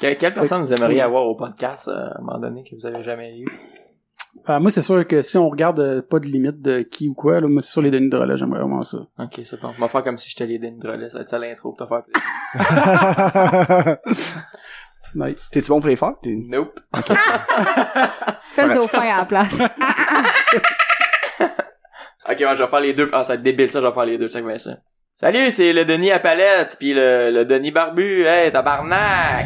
Que- quelle personne vous aimeriez avoir au podcast euh, à un moment donné que vous avez jamais eu? Ah, moi, c'est sûr que si on regarde euh, pas de limite de qui ou quoi, là, moi, c'est sur les Denis de relais, j'aimerais vraiment ça. Ok, c'est bon. On va faire comme si je te l'ai donné une relais. Ça va être ça l'intro pour te faire plaisir. Nice. T'es-tu bon pour les faire? T'es- Nope. Fais le dauphin à la place. Ok, ouais, je vais faire les deux. Ah, ça va être débile ça, je vais faire les deux. Check bien ça. Salut, c'est le Denis à palette, puis le, le Denis barbu. Hey, tabarnak!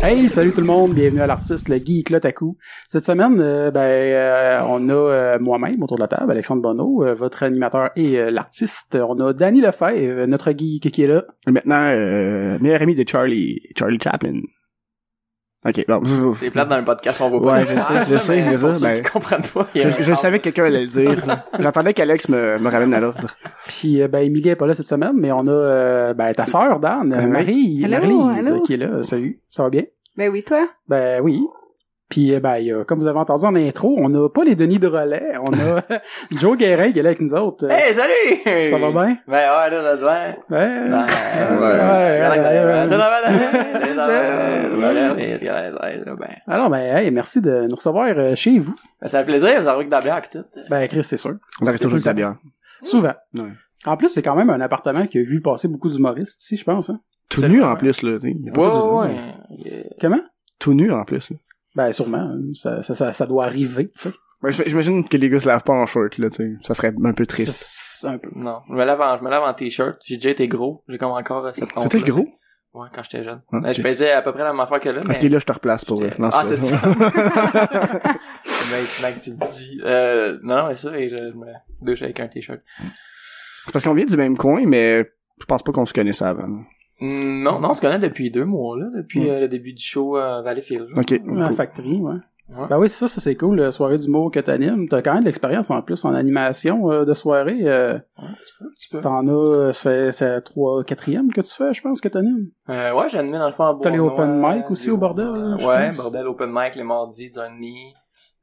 Hey, salut tout le monde, bienvenue à l'artiste, le Guy Clotaku. Cette semaine, euh, ben, euh, on a euh, moi-même autour de la table, Alexandre Bonneau, euh, votre animateur et euh, l'artiste. On a Danny Lefebvre, euh, notre Guy qui est là. Maintenant, euh, meilleur ami de Charlie, Charlie Chaplin. Ok, bon. C'est plate dans le podcast, on voit pas. Ouais, les je sais, images, je là, mais pour sais, c'est ça, ceux ben- qui comprennent pas, il y Je, a- je savais que quelqu'un allait le dire. J'entendais qu'Alex me, me ramène à l'ordre. Puis, euh, ben, Emilie est pas là cette semaine, mais on a euh, ben, ta sœur, Dan, Ben oui. Marie, Hello, Marie, hello. qui est là. Salut, ça va bien? ben oui, toi. Ben oui. Puis, euh, ben, il y a- comme vous avez entendu en intro, on n'a pas les Denis de relais, on a Joe Guérin qui est là avec nous autres. Euh, Hey, salut! Ça va bien? Ben ouais, là, ça se voit. Ouais. Ouais. Ben, Alors, ben, hey, merci de nous recevoir euh, chez vous. Ça fait plaisir, vous avez que de la bière pis tout. Ben, Chris, c'est sûr. On arrête toujours de la bière. Souvent. Ouais. En plus, c'est quand même un appartement qui a vu passer beaucoup d'humoristes ici, je pense. Hein. Tout nu en plus, là. t'sais. Y a pas du- ouais. Comment? Tout nu en plus, là. Ben, sûrement. hein. Ça, ça, ça, ça doit arriver, tu sais. Ouais, j'im- J'imagine que les gars se lavent pas en short, là, tu Ça serait un peu triste. C'est un peu. Non, je me lave en, je me lave en t-shirt. J'ai déjà été gros. J'ai comme encore euh, cette honte. C'était gros? Ah, Ouais, quand j'étais jeune. Ok. Ben, je pesais à peu près la même affaire que là, mais. Ok, là, je te replace pour vrai. j'étais- Non, ah, c'est vrai. ça. Maintenant que tu le dis. Euh, non, non, mais ça, et je, je me douche avec un t-shirt. Parce qu'on vient du même coin, mais je pense pas qu'on se connaissait avant. Mm, Non, non, on se connaît depuis deux mois, là. Depuis Mm. euh, le début du show euh, Valleyfield. Ok. Ouais, cool. factory, ouais. Ouais. Ben oui, c'est ça, ça c'est cool, la soirée d'humour que t'animes. T'as quand même de l'expérience en plus en animation euh, de soirée. euh, Ouais, un petit peu, un petit peu. T'en as, euh, c'est c'est la trois, quatrième que tu fais, je pense, que t'animes. Euh, ouais, j'ai animé dans le fond à T'as les Bournois, open mic aussi du- au bordel, euh, je ouais, pense. bordel open mic les mardis, d'un demi.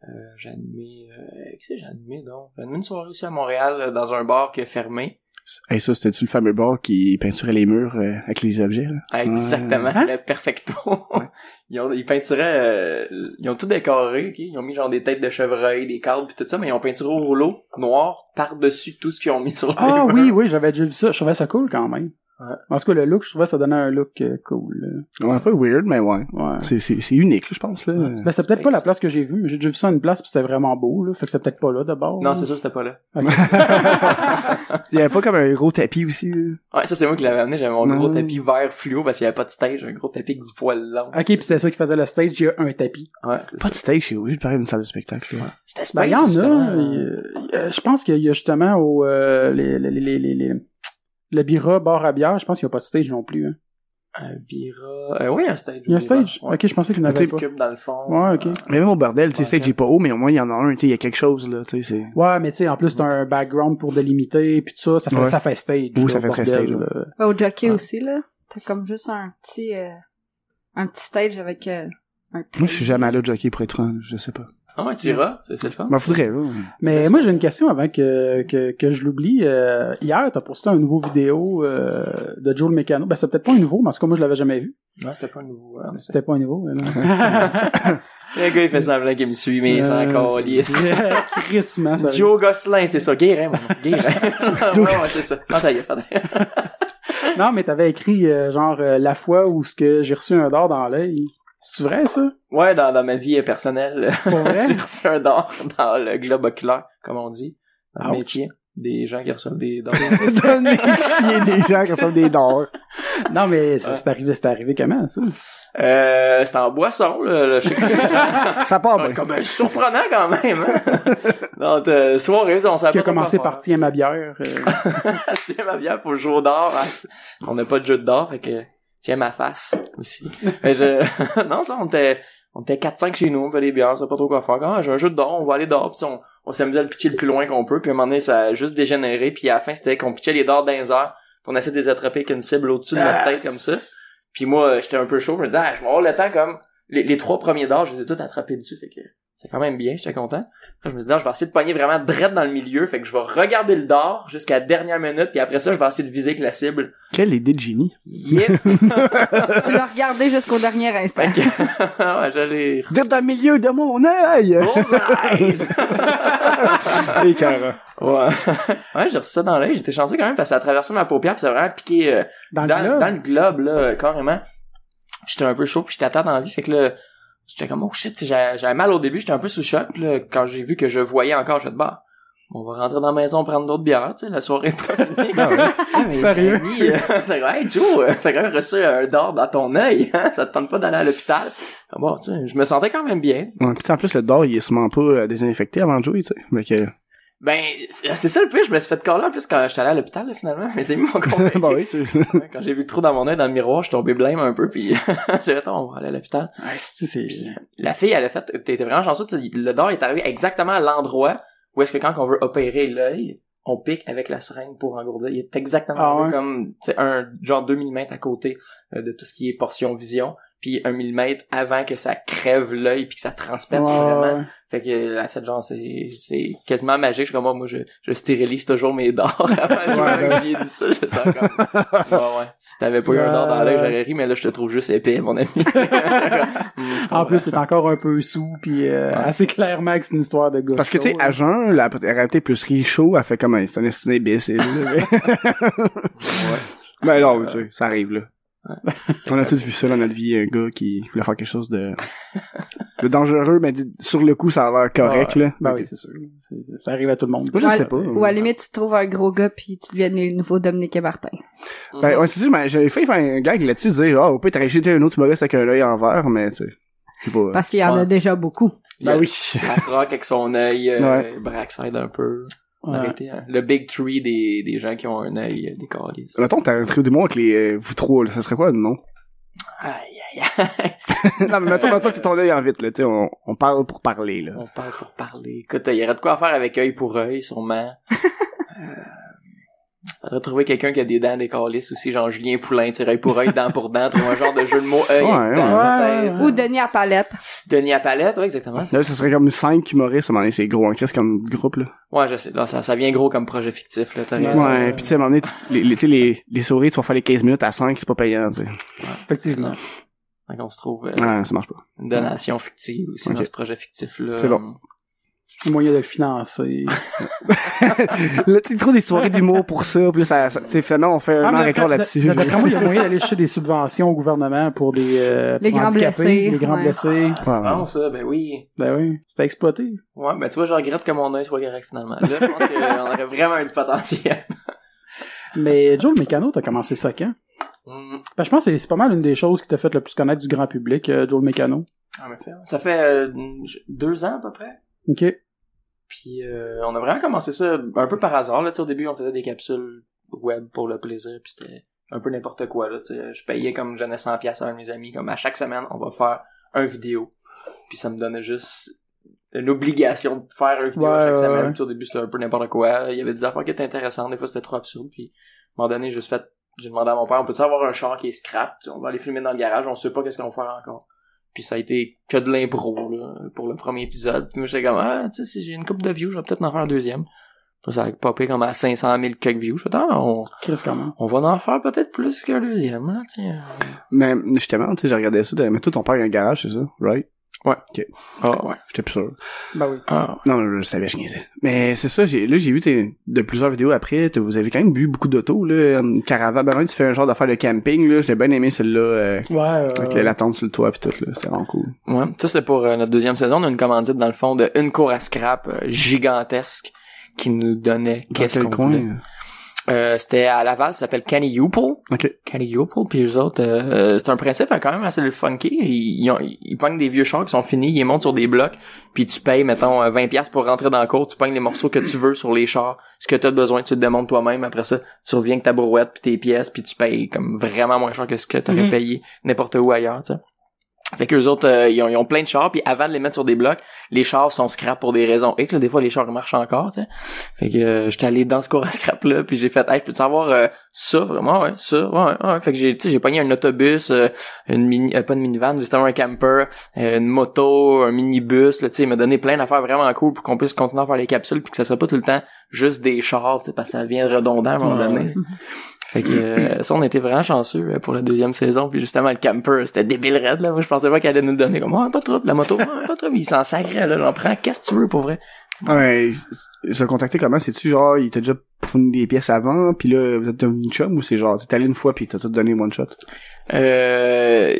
Euh, j'ai animé, euh, qu'est-ce que j'ai animé donc? J'ai animé une soirée aussi à Montréal, euh, dans un bar qui est fermé. Hey, ça, c'était-tu le fameux bar qui peinturait les murs euh, avec les objets, là? Ah, Exactement, Hein? le perfecto. ils, ont, ils peinturaient, euh, ils ont tout décoré, ok? ils ont mis genre des têtes de chevreuil, des cadres pis tout ça, mais ils ont peinturé au rouleau noir par-dessus tout ce qu'ils ont mis sur le Ah oui, oui, j'avais déjà vu ça. Je trouvais ça cool quand même. Ouais. En tout cas, le look, je trouvais ça donnait un look euh, cool. Ouais, un peu weird, mais ouais. euh, Ouais. C'est, c'est, c'est unique, là, je pense, là. Hmm. Ben, c'est peut-être pas la place que j'ai vue, mais j'ai déjà vu ça à une place, puis c'était vraiment beau, là. Fait que c'est peut-être pas là d'abord. Non, c'est sûr, c'était pas là. Il y avait pas comme un gros tapis aussi, là. Ouais, ça c'est moi qui l'avais amené, j'avais mon gros Non. tapis vert fluo parce qu'il y avait pas de stage, un gros tapis avec du poil long. Ok, puis c'était ça qui faisait le stage, il y a un tapis. Ouais, c'est Pas de stage chez Will, pareil, une salle de spectacle, là. C'était Ben, il y space, en justement. a. euh, euh, Je pense qu'il y a justement au, euh, les, les, les, les, les- le Bira, bar à bière, je pense qu'il n'y a pas de stage non plus. hein. Un bira. Euh, oui, un stage. Il y a Ben un stage? Ok, je pensais qu'il y en Un avait petit pas. cube dans le fond. euh, Ouais, ok. Mais même au bordel, tu sais, Ouais, stage ok. est pas haut, mais au moins, il y en a un, tu sais, il y a quelque chose, là, tu sais, c'est... Ouais, mais tu sais, en plus, t'as un background pour délimiter, puis tout ça, ça fait, Ouais. ça fait stage. Oui, là, ça fait au très bordel, stage, ouais. là. Ben, Au jockey Ouais. aussi, là. T'as comme juste un petit, euh, un petit stage avec euh, un Moi, je suis jamais allé au jockey pour être franc, je sais pas. Ah ouais, tu iras. C'est c'est le fun. M'en faudrait, là. Mais moi, j'ai une question avant que, que, que je l'oublie. Euh, hier, t'as posté un nouveau vidéo euh, de Joel Mécano. Ben, c'était peut-être pas un nouveau, mais en tout cas, moi, je l'avais jamais vu. Non, c'était pas nouveau. hein, mais c'était- C'était pas un nouveau, mais non. Le gars, il fait semblant qu'il me suit, mais il Euh, s'en calisse. Crissement, ça. Joe Gosselin, c'est ça. Guérin, mon nom. Guérin. Joe- ouais, ouais, c'est ça. Non, ta gueule, ta gueule. Non, mais t'avais écrit, euh, genre, euh, la fois où ce que j'ai reçu un dard dans l'œil. C'est-tu vrai, ça? Ouais, dans, dans ma vie personnelle, Pour vrai? j'ai reçu un don dans le globe oculaire, comme on dit, dans le Ouch. métier. Des gens qui reçoivent des dons. Ça me fait chier des gens qui ressemblent des dors. non, mais ça, Ouais. c'est arrivé, c'est arrivé comment, ça? euh, c'est en boisson, là. là, je sais que les gens- Ça Ah, part ben. Ouais, bien. comme euh, surprenant quand même. Hein? Donc, euh, soirée, on s'appelle. Qui a commencé par tiens ma bière. euh, tiens ma bière pour le jour d'or. hein. On n'a pas de jeu d'or, fait que tiens ma face aussi. Mais je... non, ça, on était, on était 4-5 chez nous, on fait des bières, on savait pas trop quoi faire. Quand j'ai un jeu d'or, on va aller dehors, puis on, on s'amusait à le pitcher le plus loin qu'on peut, puis à un moment donné, ça a juste dégénéré, puis à la fin, c'était qu'on pitchait les dards dans les airs, puis on euh, essayait de les attraper avec une cible au-dessus de notre tête comme ça. Puis moi, j'étais un peu chaud, ah, je me disais, ah, je vais avoir le temps comme les, les trois premiers d'or, je les ai tous attrapés dessus, fait que c'est quand même bien, j'étais content. Après, je me suis dit, non, je vais essayer de pogner vraiment drette dans le milieu, fait que je vais regarder le d'or jusqu'à la dernière minute, puis après ça, je vais essayer de viser avec la cible. Quelle idée de génie. Yep! Tu l'as regardé jusqu'au dernier instant. fait que, ouais, j'allais... D'être dans le milieu de mon œil! Bullseyes! Et Cara. ouais, ouais j'ai reçu ça dans l'œil, j'étais chanceux quand même, parce que ça a traversé ma paupière, puis ça a vraiment piqué... euh, Dans, dans, le globe. dans le globe, là, euh, carrément. J'étais un peu chaud, puis j'étais à terre dans la vie, fait que là, j'étais comme, oh shit, tu sais, j'avais j'avais mal au début, j'étais un peu sous le choc, puis là, quand j'ai vu que je voyais encore, je fais de bah, on va rentrer dans la maison prendre d'autres bières, tu sais, la soirée est pas finie. Ah ouais. Mes Sérieux? amis, euh, c'est comme, hey Joe, euh, t'as quand même reçu un dard dans ton œil, hein, ça te tente pas d'aller à l'hôpital. Bon, tu sais, je me sentais quand même bien. Ouais, pis en plus, le d'or, il est sûrement pas euh, désinfecté avant de jouer, tu sais. Fait que- Ben, c'est c'est ça le plus, je me suis fait coller en plus quand j'étais allé à l'hôpital, là, finalement, mes amis m'ont convaincu. bah oui, tu Ouais, Quand j'ai vu le trou dans mon œil dans le miroir, je suis tombé blême un peu, puis j'ai dit, on va aller à l'hôpital. Ouais, c'est- Ah, c'est- Puis, la fille, elle a fait, t'es t'es vraiment chanceux, t'as- le dard est arrivé exactement à l'endroit où est-ce que quand on veut opérer l'œil, on pique avec la seringue pour engourdir. Il est exactement Ah ouais? comme, tu sais, un, genre 2 mm à côté euh, de tout ce qui est portion vision, puis 1 mm avant que ça crève l'œil puis que ça transperce vraiment. Ouais. Fait que, euh, elle a fait genre, c'est, c'est quasiment magique. Je suis comme, moi, moi, je, je stérilise toujours mes dards avant de jouer. Ouais, ouais. J'ai dit ça, je sens comme, ouais, ouais. Si t'avais pas eu un dard dans l'œil, Ouais. j'aurais ri, mais là, je te trouve juste épais, mon ami. Hum, je comprends. En plus, c'est encore un peu sous, puis euh, assez clairement que c'est une histoire de gars. Parce que, tu sais, chaud, à jeun, la la réalité plus riche chaud, elle fait comme un, c'est un estiné imbécile, là, mais- Mais Ben non, tu sais, ça arrive, là. On a tous vu ça dans notre vie, un gars qui voulait faire quelque chose de, de dangereux, mais dit- sur le coup, ça a l'air correct, là. Ben oui, c'est sûr. C'est- Ça arrive à tout le monde. Moi, je Ouais. sais pas. Ou à la limite, tu trouves un gros gars puis tu deviens le nouveau Dominique et Martin. Ben, ouais, c'est sûr, mais j'avais failli faire un gag là-dessus, dire, ah, au pire, t'aurais jeté un autre humoriste avec un œil en verre, mais, tu sais, je sais pas. Parce qu'il y en Ouais. a déjà beaucoup. Ben oui. Patroc avec son œil euh, Ouais. Braxide un peu. Ouais. Arrêtez, hein. Le big tree des, des gens qui ont un œil euh, des calices. Mettons, t'as un trio de mots avec les, euh, vous trois, là, ça serait quoi, le nom? Aïe, aïe, aïe. non, mais mettons, mettons que tu ton œil en vite, là, tu sais, on, on parle pour parler, là. On parle pour parler. Écoute, il y aurait de quoi faire avec œil pour œil, sûrement. Euh, Faudrait trouver quelqu'un qui a des dents des calices aussi, genre Julien Poulain, tire œil pour œil, dent pour dent, trouver un genre de jeu de mots œil. Ouais, avec ouais. dent, Ouais, peut-être. ouais, ouais. Ou Denis à palette. Denis à palette, ouais, exactement. Là, ça serait comme 5 humoristes, à un moment donné, c'est gros en crise comme groupe, là. Ouais, je sais. Là, ça, ça vient gros comme projet fictif, là, t'as Ouais. raison. Ouais, pis tu sais, à un moment donné, tu- les, les, tu sais, les, les souris, tu vas faire les 15 minutes à 5, c'est pas payant, tu sais. Effectivement. Donc, on se trouve euh, Ouais, ça marche pas. une donation fictive aussi Ok. dans ce projet fictif-là. C'est bon. Moyen de le financer. là, tu sais, trop des soirées d'humour pour ça, pis là, ça, ça tu sais, finalement, on fait un Ah, mais an record d'après- là-dessus. d'après moi, il y a moyen d'aller chercher des subventions au gouvernement pour des euh, Les pour grands handicapés, blessés, les grands ouais. blessés. Ah, c'est Ouais, bon, ouais. ça, ben oui. Ben oui, c'était exploité. Ouais, ben tu vois, je regrette que mon œil soit correct finalement. Là, je pense qu'on aurait vraiment eu du potentiel. Mais Joe le mécano, t'as commencé ça quand? Mm. Ben, je pense que c'est- c'est pas mal une des choses qui t'a fait le plus connaître du grand public, euh, Joe le mécano. En effet, ouais. Ça fait euh, deux ans à peu près. OK. Puis euh, on a vraiment commencé ça un peu par hasard. Là, Tu sais, au début, on faisait des capsules web pour le plaisir. Puis c'était un peu n'importe quoi. Là, Tu sais, je payais comme je donnais 100 pièces à un de mes amis. Comme à chaque semaine, on va faire un vidéo. Puis ça me donnait juste une obligation de faire un vidéo à Ouais, chaque ouais, semaine. ouais. Puis au début, c'était un peu n'importe quoi. Il y avait des affaires qui étaient intéressantes. Des fois, c'était trop absurde. Puis à un moment donné, j'ai juste fait... J'ai demandé à mon père, on peut-tu avoir un char qui est scrap? Tu sais, On va aller filmer dans le garage, on sait pas qu'est-ce qu'on va faire encore. Puis ça a été que de l'impro là, pour le premier épisode. Puis moi j'étais comme ah, tu sais si j'ai une coupe de views, je vais peut-être en faire un deuxième. Puis ça a popé comme à 500 000 quelques views. Je fais, Ah, on, Chris comment? on va en faire peut-être plus qu'un deuxième là, tu sais. Mais, justement, tu sais, j'ai regardé ça, de- mais toi, ton père, il a un garage, c'est ça? Right? Ah ouais. J'étais plus sûr. Ben oui. Ah ouais. Non, je savais, je niaisais. Mais c'est ça, j'ai, là, j'ai vu, t'es- de plusieurs vidéos après, t'as- vous avez quand même bu beaucoup d'auto, là, euh, caravane, ben, tu fais un genre d'affaire de camping, là, j'ai bien aimé celle-là, euh, Ouais, euh, avec la tente sur le toit pis tout, là, c'était vraiment cool. Ouais. Ça c'est pour euh, notre deuxième saison, on a une commandite dans le fond de une cour à scrap euh, gigantesque qui nous donnait qu'est-ce Dans qu'on quel coin? voulait. Euh, c'était à Laval, ça s'appelle Caniople. Ok. Caniople, puis eux autres, euh, euh, c'est un principe euh, quand même assez funky. Ils, ils, ont- ils pognent des vieux chars qui sont finis, ils les montent sur des blocs, puis tu payes, mettons, euh, 20$ pour rentrer dans la cour, tu pognes les morceaux que tu veux sur les chars, ce que tu as besoin, tu te démontes toi-même, après ça, tu reviens avec ta brouette, puis tes pièces, puis tu payes comme vraiment moins cher que ce que tu Mhm. payé n'importe où ailleurs, tu sais. Fait qu'eux autres, euh, ils, ont, ils ont plein de chars, puis avant de les mettre sur des blocs, les chars sont scrap pour des raisons X. là. des fois, les chars marchent encore, tu sais. Fait que euh, j'étais allé dans ce cours à scrap-là, puis j'ai fait « Hey, je peux-tu avoir euh, ça, vraiment? Ouais, ça, ouais, ouais, ouais. » Fait que j'ai, tu sais, j'ai pogné un autobus, euh, une mini... euh, pas une minivan, justement un camper, euh, une moto, un minibus, là, tu sais, il m'a donné plein d'affaires vraiment cool pour qu'on puisse continuer à faire les capsules, puis que ça soit pas tout le temps juste des chars, tu sais, parce que ça devient redondant à un moment Ouais. donné. Fait que euh, ça, on était vraiment chanceux euh, pour la deuxième saison. Puis justement, le camper, c'était débile raide, là. Moi, je pensais pas qu'elle allait nous le donner. Comme, Ah, pas trop, la moto, Ah, pas trop. Il s'en sacrait, là. J'en prends, qu'est-ce que tu veux, pour vrai? Ah, mais se contacter comment? C'est-tu genre, il t'a déjà fourni des pièces avant, puis là, vous êtes devenu une chum, ou c'est genre, t'es allé une fois, puis t'as tout donné one shot? Euh,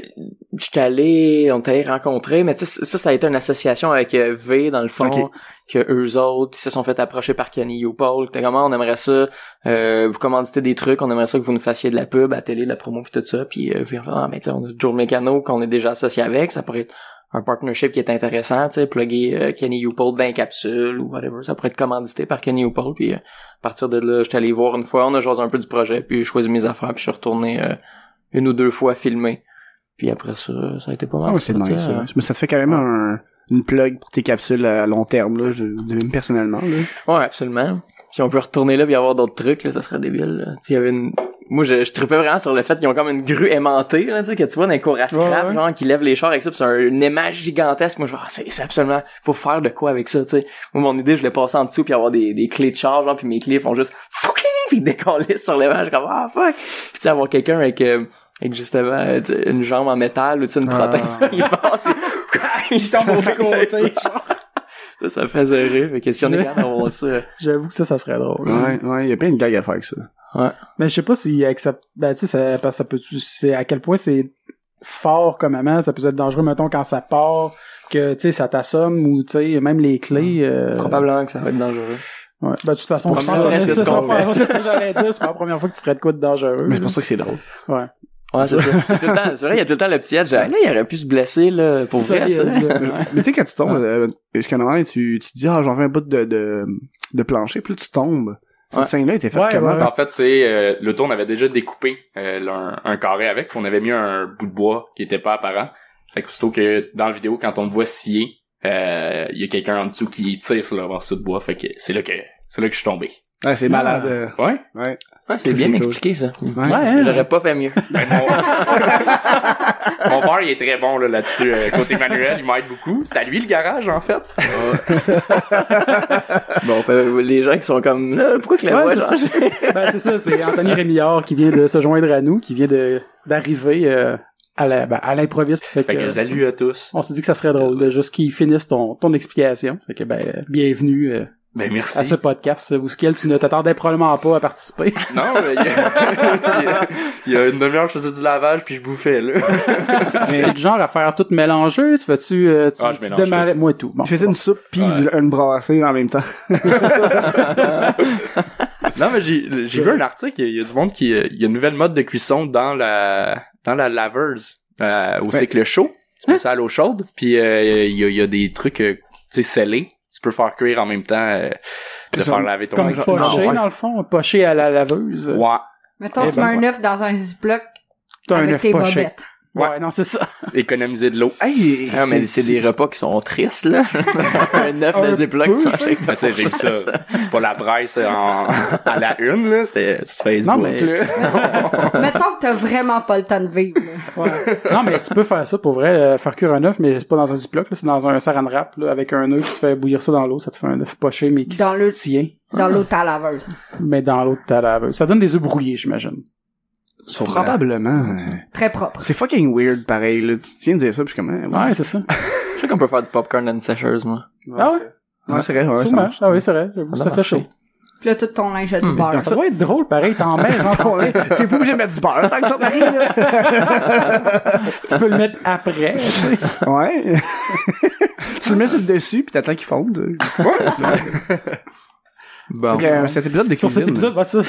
j'étais allé, on t'allait rencontrer, mais tu sais, ça, ça a été une association avec euh, V, dans le fond, Ok. que eux autres, ils se sont fait approcher par Kenny Paul. T'es comment, on aimerait ça, euh, vous commanditez des trucs, on aimerait ça que vous nous fassiez de la pub, à la télé, de la promo, puis tout ça, puis euh, V, ah, mais tu sais, on a Joe Mécano, qu'on est déjà associé avec, ça pourrait être un partnership qui est intéressant, tu sais, plugger euh, Kenny Paul dans une capsule, ou whatever, ça pourrait être commandité par Kenny Paul, puis euh, à partir de là, j'étais allé voir une fois, on a joué un peu du projet, puis j'ai choisi mes affaires, puis je suis retourné... euh, une ou deux fois filmé. Puis après ça, ça a été pas mal. Ah, ouais, c'est ça, nice, tu sais, ça. euh, Mais ça te fait quand même un, une plug pour tes capsules à long terme, là, je, de même personnellement, là. Ouais, absolument. Si on peut retourner là puis avoir d'autres trucs, là, ça serait débile. là. Tu sais, il y avait une... Moi, je, je trippais vraiment sur le fait qu'ils ont comme une grue aimantée, là, tu sais, que tu vois dans les cours à scrap, Ouais, ouais. genre, qui lèvent les chars avec ça, pis c'est un une image gigantesque. Moi, je vois, ah, c'est c'est absolument, faut faire de quoi avec ça, tu sais. Moi, mon idée, je l'ai passé en dessous puis avoir des, des clés de char, genre, puis mes clés font juste fucking puis décoller sur l'image, comme, ah, fuck. Puis tu sais, avoir quelqu'un avec, euh, avec justement, euh, tu sais, une jambe en métal ou, tu sais, une Ah. prothèse, il passe puis, il tombe se sur le fait avec côté, ça. Ça, ça me faisait rire, fait que si on est capable d'avoir ça, J'avoue que ça, ça serait drôle. Ouais, ouais, il y a plein de gags à faire avec ça. Mais je sais pas s'il accepte. Ben, tu sais, ça, parce que ça peut. C'est à quel point c'est fort comme amant. Ça peut être dangereux, mettons, quand ça part, que, tu sais, ça t'assomme ou, tu sais, même les clés. euh, Probablement que ça va être dangereux. Ouais. Ben, de toute façon, Pour je ça, pense que Hmm. c'est c'est ce ça, qu'on fait. c'est ça que j'allais dire. C'est pas la première fois que tu ferais de quoi de dangereux. Mais c'est pour ça que c'est drôle. Ouais, c'est ça. Il y a tout le temps- C'est vrai, il y a tout le temps le petit edge. Ah, Là, il aurait pu se blesser, là, pour vrai, tu sais. vrai, Mais tu sais, quand tu tombes, euh, jusqu'à un moment, donné, tu, tu te dis, ah, j'en veux un bout de, de, de plancher, puis là, tu tombes. Cette Ouais. scène-là était faite Ouais, comment? ouais, ouais. par- En fait, c'est euh, le tour, on avait déjà découpé euh, là, un, un carré avec, puis on avait mis un bout de bois qui était pas apparent. Fait que aussitôt que dans la vidéo, quand on me voit scier, euh, il y a quelqu'un en dessous qui tire sur le morceau de bois. Fait que c'est là que c'est là que je suis tombé. Ouais, c'est malade. euh. Ouais. Ouais, c'est Ça, bien c'est cool. expliqué, ça. Ouais, hein? J'aurais pas fait mieux. Ben, mon... mon père il est très bon là, là-dessus. euh, côté manuel, il m'aide beaucoup. C'est à lui le garage en fait. bon, ben, les gens qui sont comme, là, pourquoi que la Ouais, voix c'est change? Ben, c'est ça, c'est Anthony Rémillard qui vient de se joindre à nous, qui vient de d'arriver euh, à la- ben, à l'improviste. Fait Fait que, que salut à tous. on s'est dit que ça serait drôle, de juste qu'ils finissent ton, ton explication. Fait que, ben, bienvenue euh, Ben merci. à ce podcast, euh, auquel tu ne t'attendais probablement pas à participer. Non, mais il y, a... il y a une demi-heure, je faisais du lavage puis je bouffais là. Mais du genre à faire tout mélanger, tu fais-tu... euh, tu Ah, je tu mélange démêles- Moi, tout. Bon. Tu faisais une soupe pis Ouais. du- une brassée en même temps. Non, mais j'ai j'ai vu un article, il y a du monde qui... euh, Il y a une nouvelle mode de cuisson dans la, dans la laveuse, euh, au cycle chaud. Tu mets Hein? ça à l'eau chaude, puis euh, il y, a, il y a des trucs, euh, tu sais, scellés. Tu peux faire cuire en même temps, euh, de C'est ça, faire laver ton Comme linge. poché, Non, dans le fond, poché à la laveuse. ouais. Ouais. Mettons, Eh tu ben, mets un ouais. œuf dans un ziploc T'as un avec œuf tes poché. bobettes. Ouais. non, c'est ça. économiser de l'eau. Hey, Ah, mais c'est des repas qui sont tristes, là. Un œuf Un dans Ziploc, peu, tu manges avec ta Ben, tu sais, j'ai vu fourchette. ça. C'est pas la presse en, à la une, là. C'était sur Facebook, Non, mais- là. Mettons que t'as vraiment pas le temps de vivre. là. Ouais. non, mais tu peux faire ça pour vrai, euh, faire cuire un œuf, mais c'est pas dans un ziploc, là, c'est dans un saran wrap, là, avec un œuf, tu fais bouillir ça dans l'eau, ça te fait un œuf poché, mais qui Dans se le- tient, Dans l'eau, t'as la laveuse. mais dans l'eau de ta laveuse. Ça donne des œufs brouillés, j'imagine. Probablement. euh, Très propre. C'est fucking weird, pareil, là. Tu viens de dire ça pis je suis comme, ah, Ouais, c'est ça. Je sais qu'on peut faire du popcorn and sécheuse, moi. Ah ouais? ouais. Ouais, c'est vrai, ouais, ça Sûrement. marche. Ah oui, c'est vrai, j'avoue, Ça ça, ça marche. chaud. Puis là, tout ton linge a du Hmm. beurre. Ah, Ça doit être drôle, pareil, t'en mets, genre, ton lait, T'es pas obligé de mettre du beurre, tant que ça Marie, là. tu peux le mettre après, tu sais. Ouais. tu le mets sur le dessus pis t'attends qu'il fonde. Bon. Ok. Euh, cet épisode de Sur cet cuisine, épisode, voilà ça.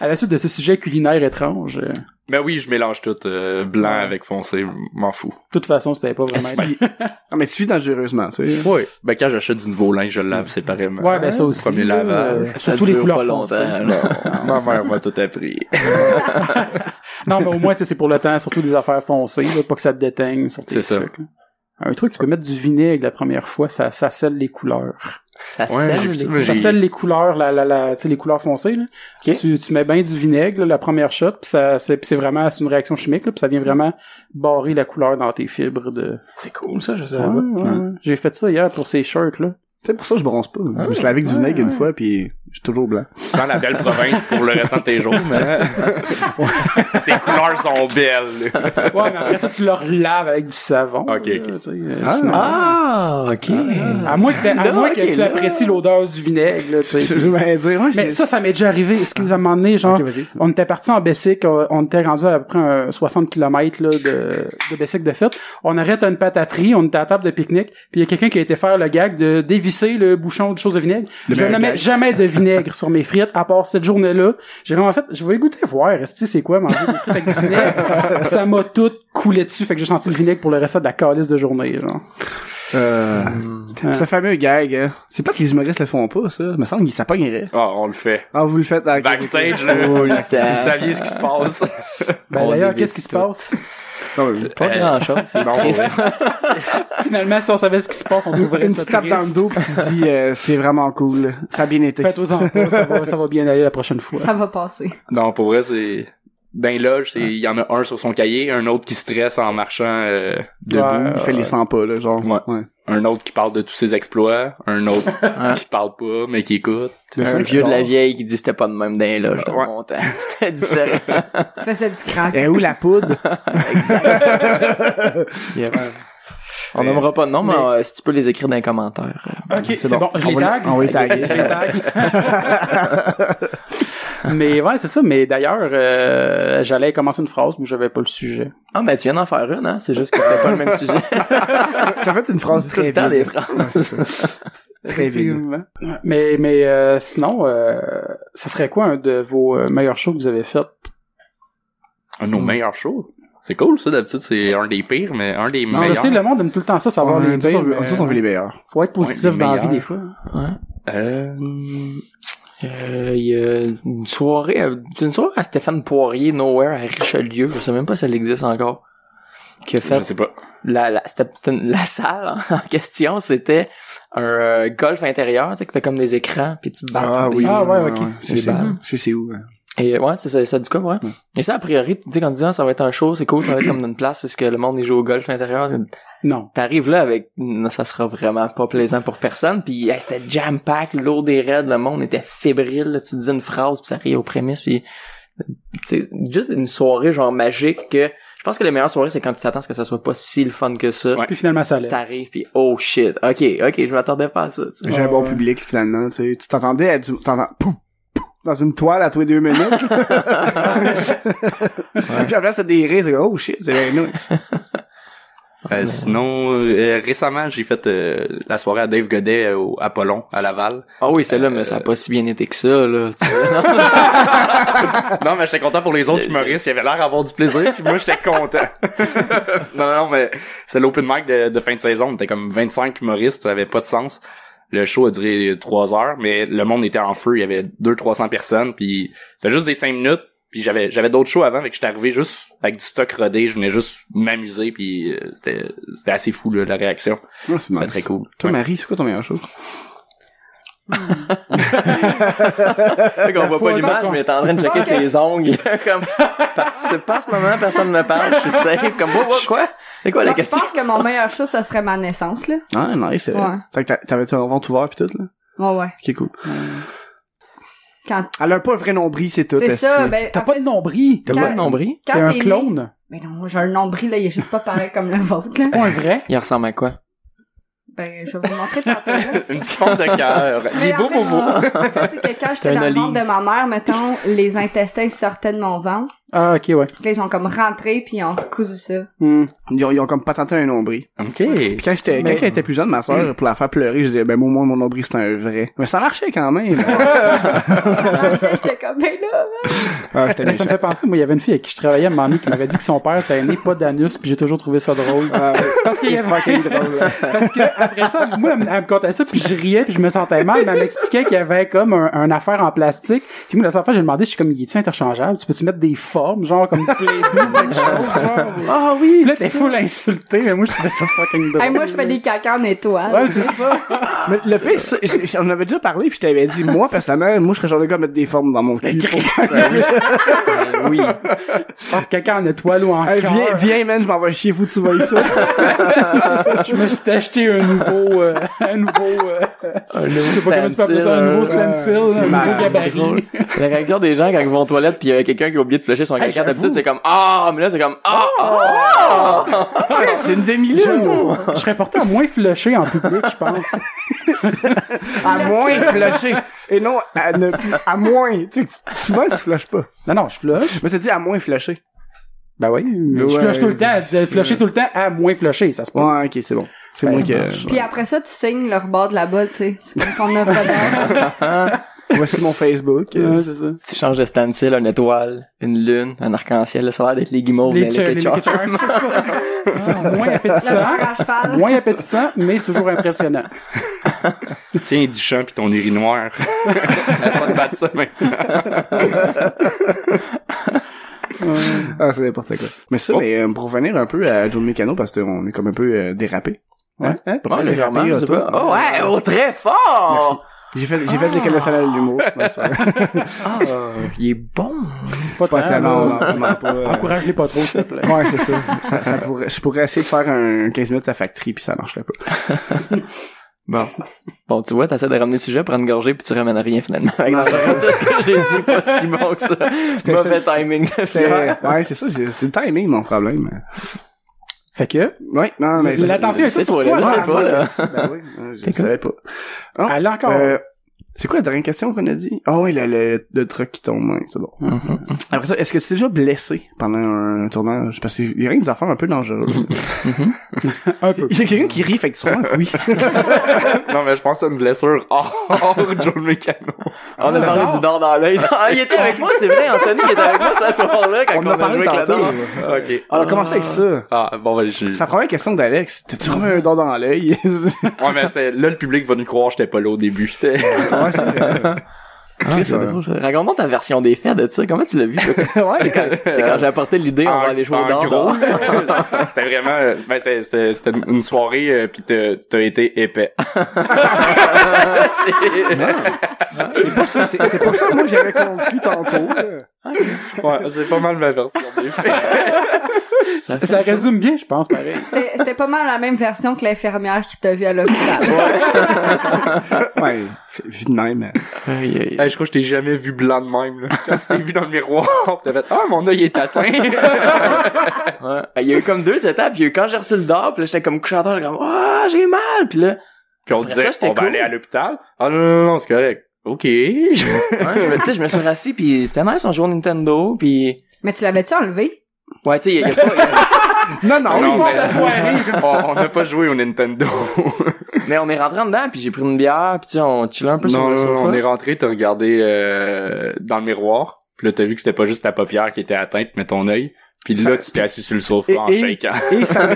à la suite de ce sujet culinaire étrange, euh, de Mais oui, je mélange tout euh, blanc avec foncé, m'en fous. toute façon, c'était pas vraiment... Est-ce Ah, mais tu vis dangereusement, tu sais. Oui. Ben quand j'achète du nouveau linge, je le lave séparément. Ouais, ben ça aussi. Premier là, lavage. euh, surtout les dure couleurs pas foncées. longtemps. non. Ma mère m'a tout appris. Non, mais au moins, tu sais, c'est pour le temps, surtout des affaires foncées, là, pas que ça te déteigne sur tes C'est ça. trucs. là. Un truc, tu peux mettre du vinaigre la première fois, ça, ça scelle les couleurs. Ça Ouais, scelle j'ai vu les- ça, mais Ça j'ai- scelle les couleurs, la, la, la, tu sais, les couleurs foncées. Là. Ok. Tu, tu mets bien du vinaigre, là, la première shot, puis ça, c'est, puis c'est vraiment c'est une réaction chimique, là, puis ça vient vraiment barrer la couleur dans tes fibres de. C'est cool, ça, je sais Ouais, pas. Ah, ouais, ouais. J'ai fait ça hier pour ces shirts là. C'est pour ça que je bronze pas. Je me suis lavé avec du ouais, vinaigre une ouais. fois, puis je suis toujours blanc. Tu sens la belle province pour le restant de tes jours, mais tes couleurs sont belles. Ouais, mais après ça, tu leur laves avec du savon. Ok, là, ok. tu sais, euh, Ah, sinon- Ah, ok. À moins que, t'a- à Là, moins que ok, tu là. apprécies l'odeur du vinaigre, là, tu sais. Je vais dire, ouais, Mais c'est... ça, ça m'est déjà arrivé. Excuse, à un moment donné, genre, Ok, vas-y. on était parti en Bessic, on, on était rendu à, peu près un 60 km là, de, de Bessic de fête. On arrête à une pataterie, on était à table de pique-nique, puis il y a quelqu'un qui a été faire le gag de dévisser le bouchon de choses de vinaigre. Le je ne meilleur mets gag. jamais de vinaigre sur mes frites, à part cette journée-là. J'ai vraiment fait, je vais goûter voir, est-ce que c'est quoi manger des frites avec du vinaigre? Ça m'a tout coulé dessus, fait que j'ai senti le vinaigre pour le reste de la calice de journée, genre. Euh, Ce fameux gag, hein. C'est pas que les humoristes le font pas, ça. Il me semble qu'ils ça pognerait. Ah, on le fait. Ah, vous le faites à Backstage, là, Oh, si vous saviez ce qui se passe. Ben On d'ailleurs, dévisse qu'est-ce qui se tout. passe? Non, mais- Pas Euh, grand chose, c'est non. triste. Finalement, si on savait ce qui se passe, on trouverait Une ça petite tape dans le triste. dos, puis tu dis, euh, c'est vraiment cool. Ça a bien été. Faites-en pas, ça va, ça va bien aller la prochaine fois. Ça va passer. Non, pour vrai, c'est. Dans les loges, c'est- il y en a un sur son cahier, un autre qui stresse en marchant euh, debout, Ouais, Il fait les 100 pas, là, genre. Ouais. un autre qui parle de tous ses exploits, un autre Ouais. qui parle pas, mais qui écoute. Un vieux de la vieille qui dit c'était pas de même d'un loge dans Ouais. mon temps. C'était différent. Faisait du crack. Et où Eh, la poudre? On nommera pas de nom, mais, euh, si tu peux les écrire dans les commentaires. Ok, c'est bon. bon. Je On les va tag. le- on va les taguer. Je les tag. mais ouais, c'est ça. Mais d'ailleurs, euh, j'allais commencer une phrase, mais j'avais pas le sujet. Ah, ben tu viens d'en faire une, hein? C'est juste que c'était pas le même sujet. T'as fait une phrase Tout très le temps des vide. phrases. Très vide. Mais mais euh, sinon, euh, ça serait quoi un de vos euh, meilleurs shows que vous avez fait Un Mm. de nos meilleurs shows. C'est cool, ça, d'habitude, c'est un des pires, mais un des Non, je meilleurs. sais, le monde aime tout le temps ça, savoir les Ouais, tous, pires. on veut- mais tous, on veut les meilleurs. Faut être positif Ouais, les dans la vie meilleurs. des fois. Euh, Euh, Il y a une soirée, à- c'est une soirée à Stéphane Poirier, Nowhere, à Richelieu. Je sais même pas si elle existe encore. Qui a je fait sais pas. la, la, c'était- c'était une- la salle en- en question, c'était un euh, golf intérieur, tu sais, que t'as comme des écrans, puis tu battes. des- Ah, ouais, ok. C'est Des c'est- balles. c'est- c'est où? hein? Et ouais, c'est ça, ça dit quoi, ouais. Et ça, a priori, tu sais, quand tu dis, ah, ça va être un show, c'est cool, ça va être comme dans une place, parce que le monde, il joue au golf intérieur. Non. T'arrives là avec, non, ça sera vraiment pas plaisant pour personne, puis hey, c'était jam-pack, l'eau des raids, le monde était fébrile, là, tu disais une phrase, puis ça riait aux prémices, puis c'est juste une soirée, genre, magique, que je pense que les meilleures soirées, c'est quand tu t'attends à ce que ça soit pas si le fun que ça. Ouais. Puis finalement, ça allait. T'arrives, puis oh shit, ok, ok, je m'attendais pas à ça, tu sais. J'ai un Ouais, bon ouais. public, finalement, tu sais. Tu t'entendais à du... T'entends... pouf, pouf, Dans une toile à tous les deux minutes. Puis après, c'était des rires. C'est comme, oh shit, c'est bien nice. Euh, sinon, euh, récemment, j'ai fait euh, la soirée à Dave Godet euh, au Apollon, à Laval. Ah oui, c'est là, mais ça a pas si bien été que ça, là, tu sais. Non, mais j'étais content pour les autres humoristes. Ils avaient l'air d'avoir du plaisir, puis moi, j'étais content. non, non, non, mais c'est l'open mic de, de fin de saison. On était comme 25 humoristes, ça avait pas de sens. Le show a duré trois heures, mais le monde était en feu. Il y avait 200-300 personnes, puis c'était juste des cinq minutes. Puis j'avais j'avais d'autres shows avant, fait que j'étais arrivé juste avec du stock rodé. Je venais juste m'amuser, puis euh, c'était c'était assez fou, là, la réaction. Oh, c'est C'était nice. très cool. Toi, Ouais. Marie, c'est quoi ton meilleur show? on voit fois, pas l'image, non, mais t'es en train de checker ses ongles. comme, participe pas en ce moment, personne ne parle, je suis safe. Comme, quoi, quoi, quoi? C'est quoi la Moi, Je question? pense que mon meilleur show, ça serait ma naissance, là. Ah, nice. euh. Ouais. Fait que t'a- t'avais-tu un ventre ouvert pis tout, là? Ouais, ouais. Qui est cool. Quand... Elle a pas le vrai nombril, c'est tout. C'est est-ce ça, que- ben, T'as en pas fait, de nombril. T'as Quand- pas de nombril? T'es quand un t'es né- clone. Mais non, j'ai un nombril, là, il est juste pas pareil comme le vôtre, là. Pas un vrai. Il ressemble à quoi? Ben, je vais vous montrer tantôt. là. Une petite forme de cœur. Il Mais est en beau, fait, beau, beau. en fait, c'est que quand un j'étais dans le ventre olive. de ma mère, mettons, les intestins sortaient de mon ventre. Ah, ok, ouais. Puis là, ils sont comme rentrés, puis ils ont recousé ça. Hmm. Ils ont, ils ont comme patenté un nombril. OK. Puis quand j'étais, Mais- quand elle était plus jeune, ma soeur, pour la faire pleurer, je disais, ben, au moins, mon nombril, c'est un vrai. Mais ça marchait quand même. Ça marchait, J'étais comme, ben là, ah, j'étais Mais ça me méchant. fait penser, moi, il y avait une fille avec qui je travaillais à un moment donné qui m'avait dit que son père était né pas d'anus, puis j'ai toujours trouvé ça drôle. Parce qu'il y avait... Parce que après ça, moi, elle me- elle me contait ça, puis je riais, puis je me sentais mal, mais elle m'expliquait qu'il y avait comme un, un affaire en plastique. Puis moi, la seule fois, j'ai demandé, je suis comme, il est-tu interchangeable? Tu peux-tu mettre des formes, genre, comme du play quelque chose, genre? Ah oui! Là, t'es full insulté, mais moi, je trouvais ça fucking drôle. Hey, moi, je fais des caca en étoile. Ouais, c'est ça. Mais le pire, c'est- c'est- c'est- on avait déjà parlé, puis je t'avais dit, moi, personnellement, moi, je serais genre le gars à mettre des formes dans mon cul. pour- oui. Ah, Quelqu'un en étoile ou en Hey, cœur. viens, viens, man, je m'en vais chez vous, tu vois ça. Je me suis acheté un nouveau, euh, un nouveau, euh, Un nouveau je sais pas comment tu peux appeler ça, un nouveau stencil, un nouveau malade, gabarit. drôle. La réaction des gens quand ils vont aux toilettes pis il y a quelqu'un qui a oublié de flusher son caca d'habitude, c'est comme Ah! Mais là, c'est comme Ah! Ah! c'est une demi-lune. Je, je serais porté à moins flusher en public, je pense. À moins de flusher. Et non, à, ne- à moins. Tu sais, tu- souvent, tu flushes pas. Non, non, je flush. Mais t'as dit à moins flusher. Ben oui, je ouais, flush tout le temps, de flusher tout le temps à moins flusher, ça se peut. Ouais, ok, c'est bon. C'est Ben, moi qui. euh, Puis après ça, tu signes leur bord de la balle, tu sais. C'est comme qu'on a pas d'heure. euh, Voici mon Facebook. Ouais, c'est ça. Tu changes de stencil, une étoile, une lune, un arc-en-ciel, ça a l'air d'être les guimauves, mais Les les char- les ketchup. Lucky Charms, c'est ça. Ah, Moins Le appétissant. bord à cheval. Moins appétissant, mais c'est toujours impressionnant. Tiens, du champ pis ton urinoir. ça me bat ça, mais. Ah, c'est n'importe quoi. Mais ça, mais, euh, pour revenir un peu à Joe Mécano, parce qu'on est comme un peu euh, dérapé. Ouais. Hein? Pas Ouais, mal légèrement, dérapé, je sais auto. pas. Oh ouais, oh très fort! J'ai fait, j'ai fait l'école nationale de l'humour. Ouais, c'est vrai. Ah, il est bon! Pas Pas tant, tellement, là. non, vraiment pas. euh, Encourage-les pas trop, s'il te plaît. Ouais, c'est ça. ça, ça pourrait, je pourrais essayer de faire un 15 minutes à factory puis ça marcherait pas. Bon. Bon, tu vois, t'essaies de ramener le sujet, prendre une gorgée, puis tu ramènes rien finalement. Fait que dans le sens, C'est ce que j'ai dit, pas si bon que ça. Mauvais timing de C'est- faire. Ouais, c'est ça, c'est c'est le timing mon problème. Fait que, Ouais, non, mais c'est- l'attention est c'est toute sur toi, toi, là, là. c'est toi, là. Ben oui, hein, je le savais pas. Non, Elle a encore. euh, c'est quoi la dernière question qu'on a dit? Ah oui, le, le, le truc qui tombe, ouais, c'est bon. Mhm. Après ça, est-ce que tu t'es déjà blessé pendant un tournage? Parce qu'il y a rien des affaires un peu dangereuses. Ah. Un peu. Il y a quelqu'un qui rit, fait que souvent, oui. Non, mais je pense à une blessure hors, hors Joe Mécano. On a parlé non. du dard dans l'œil. Ah, il était avec moi, c'est vrai, Anthony, il était avec moi ce soir-là quand on, a, joué avec le dard. OK. On a commencé avec ça. Ah, bon, ben, j'ai... C'est la première question d'Alex. T'as-tu remis un doigt dans l'œil? Ouais, mais c'est... là, le public va nous croire, j'étais pas là au début. C'était... ouais, c'est vrai. Ah, c'est drôle, ça. Raconte-nous ta version des faits de ça. Comment tu l'as vu? ouais, C'est quand, c'est quand j'ai apporté l'idée, on En- va aller jouer en au dard. gros, dehors. c'était vraiment... euh, Ben, c'était, c'était, c'était une soirée, euh, pis t'as, t'as été épais. c'est pas ça. C'est c'est pour ça, moi, que j'avais conclu tantôt. là. ouais, c'est pas mal ma version des faits. Ça, ça résume bien, je pense, pareil. C'était c'était pas mal la même version que l'infirmière qui t'a vu à l'hôpital. Ouais, vu de même. Aïe, aïe, aïe. Hey, je crois que je t'ai jamais vu blanc de même, là. Quand tu t'es vu dans le miroir, pis t'as fait, ah, mon œil est atteint. Ouais. Il y a eu comme deux étapes. Il y a eu quand j'ai reçu le dard, puis là, j'étais comme couché à terre, j'étais comme, ah, j'ai mal, puis là. Puis on Après disait, ça, j'étais on va cool. aller à l'hôpital. Ah, non, non, non, c'est correct. OK. Ouais, je me, tu sais, je me suis rassis puis c'était nice, on jouait au Nintendo puis Mais tu l'avais-tu enlevé? ouais, tu sais, y a, y a pas, y a- Non, non, Non, non, mais- on on n'a pas joué au Nintendo. mais on est rentré en dedans puis j'ai pris une bière puis tu sais, on chillait un peu sur non, le non, sofa. on est rentré, t'as regardé euh, dans le miroir, puis là t'as vu que c'était pas juste ta paupière qui était atteinte, mais ton œil. Puis là, tu t'es assis sur le sofa Et- en et- shaking. Et ça...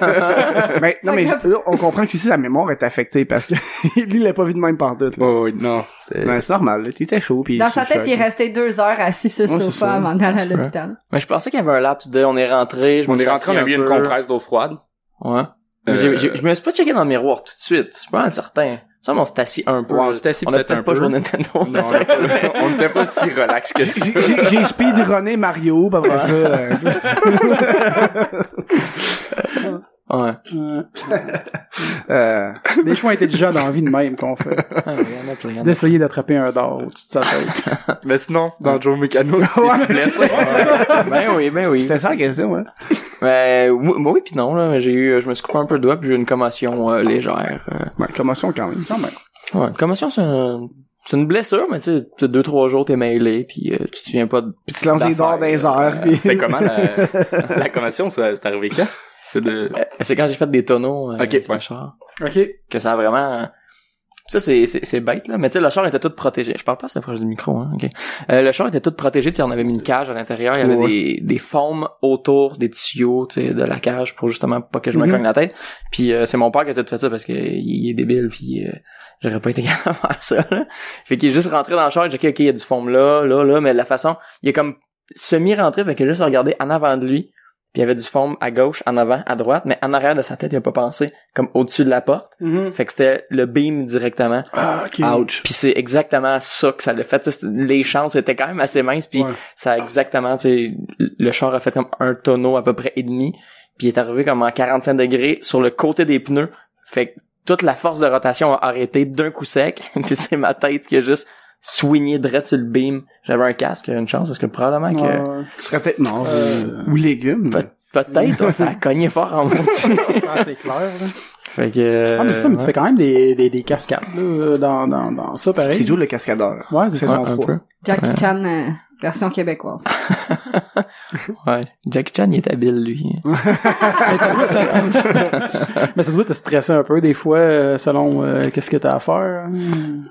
mais, Ben, non, mais là, on comprend que sa mémoire est affectée parce que lui, il l'a pas vu de même par doute. là. Oh, oui, non. c'était- Mais c'est normal, là, t'étais chaud. Pis Dans sa tête, il est reste. resté deux heures assis sur le Ouais, c'est sofa ça. Ah, avant d'aller à Ça se peut. l'hôpital. Mais je pensais qu'il y avait un laps de on est rentré, je me on est suis rentré, on assis a un eu une peu. compresse d'eau froide. Ouais. Mais Euh, j'ai- j'ai- je me suis pas checké dans le miroir tout de suite. Je suis pas certain. Ça, on s'est assis un peu. Ouais, on s'est assis a peut-être un peut-être pas peu. joué au Nintendo. Non, parce on que c'est- on n'était pas si relax que ça. J'ai j'ai- j'ai speedrunné Mario, pis après ça... euh, Ouais. Euh, euh, des choix intelligents dans la vie de même qu'on fait. Ah, il y en a plein, il y en a plein. D'essayer d'attraper un d'or au-dessus de sa tête. Mais sinon, dans Joe Mécano, tu t'es blessé. Ben oui, ben oui. C'était ça la question, hein? Ben oui, oui puis non là, j'ai eu, je me suis coupé un peu le doigt puis j'ai eu une commotion euh, légère. euh. Ouais, commotion quand même. Non, mais Ouais, une commotion c'est un- C'est une blessure, mais tu sais, t'as deux, trois jours, t'es mêlé, puis euh, tu te souviens pas de... Puis tu lances les dards dans les D'affaires, airs. Euh, puis- C'était comment la, la commotion, ça, c'est arrivé quand? C'est de... Euh, C'est quand j'ai fait des tonneaux euh, Ok, avec ouais. le char, OK. que ça a vraiment... Ça, c'est, c'est, c'est bête, là, mais tu sais, le char était tout protégé. Je parle pas assez proche du micro, hein, ok. Euh, le char était tout protégé, tu sais, on avait mis une cage à l'intérieur, il y avait Ouais. des, des formes autour des tuyaux, tu sais, de la cage pour justement pas que je me Mhm. cogne la tête. Puis euh, c'est mon père qui a tout fait ça parce que il est débile, puis euh, j'aurais pas été capable de faire ça, là. Fait qu'il est juste rentré dans le char, il a dit, OK, OK, il y a du foam là, là, là, mais de la façon, il est comme semi-rentré, fait qu'il a juste regardé en avant de lui, puis il y avait du foam à gauche, en avant, à droite, mais en arrière de sa tête, il a pas pensé, comme au-dessus de la porte. Mhm. Fait que c'était le beam directement. Ah, ok. Ouch. Puis c'est exactement ça que ça l'a fait. Tu sais, c'était- les chances étaient quand même assez minces. Puis Ouais. ça a exactement, tu sais, le char a fait comme un tonneau à peu près et demi. Puis il est arrivé comme en 45 degrés sur le côté des pneus. Fait que toute la force de rotation a arrêté d'un coup sec. puis c'est ma tête qui a juste swingé direct sur le beam. J'avais un casque, une chance, parce que probablement que... Ouais. Tu serais peut-être mort. Euh, Ou légumes. Peut- Peut-être, ça a cogné fort en moitié. Ah, c'est clair, là. fait que... euh, Ah, mais c'est ça, mais tu ouais. fais quand même des, des, des cascades, là, dans, dans, dans ça, pareil. C'est Joe le cascadeur. Ouais, c'est Ouais, ça. un peu. Jackie Ouais. Chan, euh, version québécoise. Ouais. Jackie Chan, il est habile, lui. Mais ça, doit, ça- mais ça doit te stresser un peu, des fois, euh, selon euh, qu'est-ce que t'as à faire.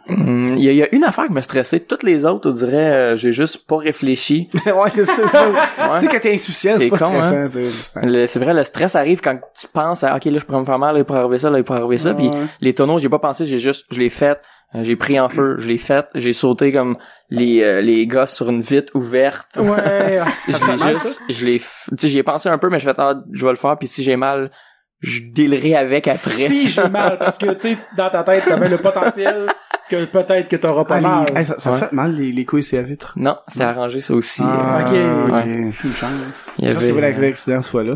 Hmm, Il y, a- il y a une affaire qui m'a stressé. Toutes les autres, on dirait, euh, j'ai juste pas réfléchi. ouais, c'est ça. Tu Ouais. sais, quand t'es insouciant, c'est C'est pas con, stressant. hein. tu sais. Ouais. Le- C'est vrai, le stress arrive quand tu penses à, OK, là, je pourrais me faire mal, là, il pourrait arriver ça, là, il pourrait arriver ça. Puis Ouais. les tonneaux, j'ai pas pensé, j'ai juste, je l'ai fait, euh, j'ai pris en feu, je l'ai fait, j'ai sauté comme les, euh, les gosses sur une vitre ouverte. Ouais, ah, Je c'est l'ai fascinant, ça. juste, je l'ai, f- tu sais, j'y ai pensé un peu, mais je fais, ah, je vais le faire, puis si j'ai mal, je dealerai avec après. Si j'ai mal, parce que, tu sais, dans ta tête, t'avais le potentiel que peut-être que t'auras pas Ah, mal. les- hey, ça ça Ouais. fait mal, les, les couilles, c'est la vitre. Non, c'était arrangé, ça aussi. euh, Ah, ok. ok. Une chance. Il y Une chance qu'il n'y a avait- euh, pas d'arriver d'accident cette fois-là.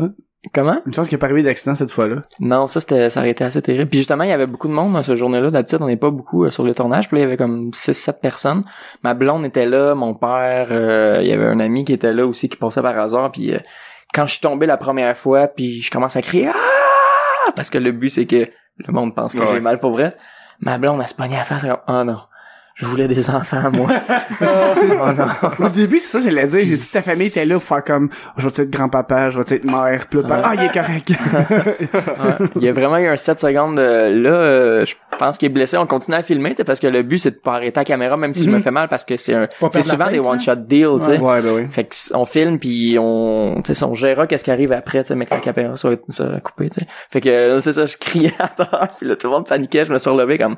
Comment? Une chance qu'il n'y a pas arrivé d'accident cette fois-là. Non, ça c'était ça aurait été assez terrible. Puis justement, il y avait beaucoup de monde dans ce journée-là. D'habitude, on n'est pas beaucoup euh, sur le tournage. Puis là, il y avait comme 6 7 personnes. Ma blonde était là, mon père, euh, il y avait un ami qui était là aussi qui passait par hasard puis euh, quand je suis tombé la première fois, puis je commence à crier ah! parce que le but c'est que le monde pense que Ouais. j'ai mal pour vrai. Ma blonde elle se pognait à la face elle, "Oh non, je voulais des enfants moi." Ah, Oh non. Ah, Au début, c'est ça, j'allais dire. J'ai dit, ta famille était là pour faire comme, je vais être grand-papa, je vais être mère, puis le père, Ouais. ah, il est correct. Ouais. Il y a vraiment eu un 7 secondes euh, là. euh, je pense qu'il est blessé. On continue à filmer, tu sais, parce que le but c'est de pas arrêter la caméra, même si je Mhm. me fais mal, parce que c'est un, Pas c'est perdre la souvent des tête, one là. shot deals, tu sais. ouais, ben oui. Fait que s- on filme puis on, tu sais, on gérera qu'est-ce qui arrive après, tu sais, mais que la caméra soit, soit coupée, tu sais. Fait que euh, c'est ça, je criais à terre, puis là, tout le monde paniquait, je me suis relevé comme.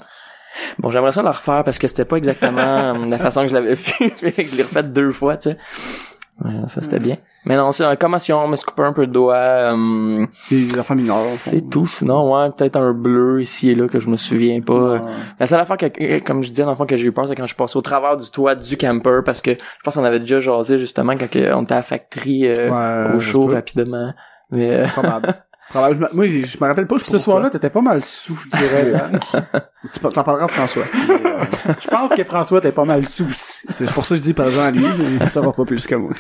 Bon, j'aimerais ça le refaire parce que c'était pas exactement euh, la façon que je l'avais vu, fait que je l'ai refait deux fois, tu sais. Ouais, ça c'était bien. Mais non, c'est une commotion, on me couper un peu le doigt. euh, Les enfants mineurs. au fond. c'est tout. Sinon, ouais, peut-être un bleu ici et là que je me souviens pas. La seule affaire que, euh, comme je disais dans le fond, que j'ai eu peur, c'est quand je suis passé au travers du toit du camper parce que je pense qu'on avait déjà jasé justement quand que on était à la factory euh, Ouais, au chaud je sais rapidement. Mais euh, pas. Probable. Probablement. Moi, j'ai- je me rappelle pas. je sais Ce pas soir-là, t'étais pas mal sous, je dirais. là. pourquoi. Tu T'en parleras à François. Je pense que François, t'es pas mal sous aussi. C'est pour ça que je dis par exemple à lui, mais il saura pas plus que moi.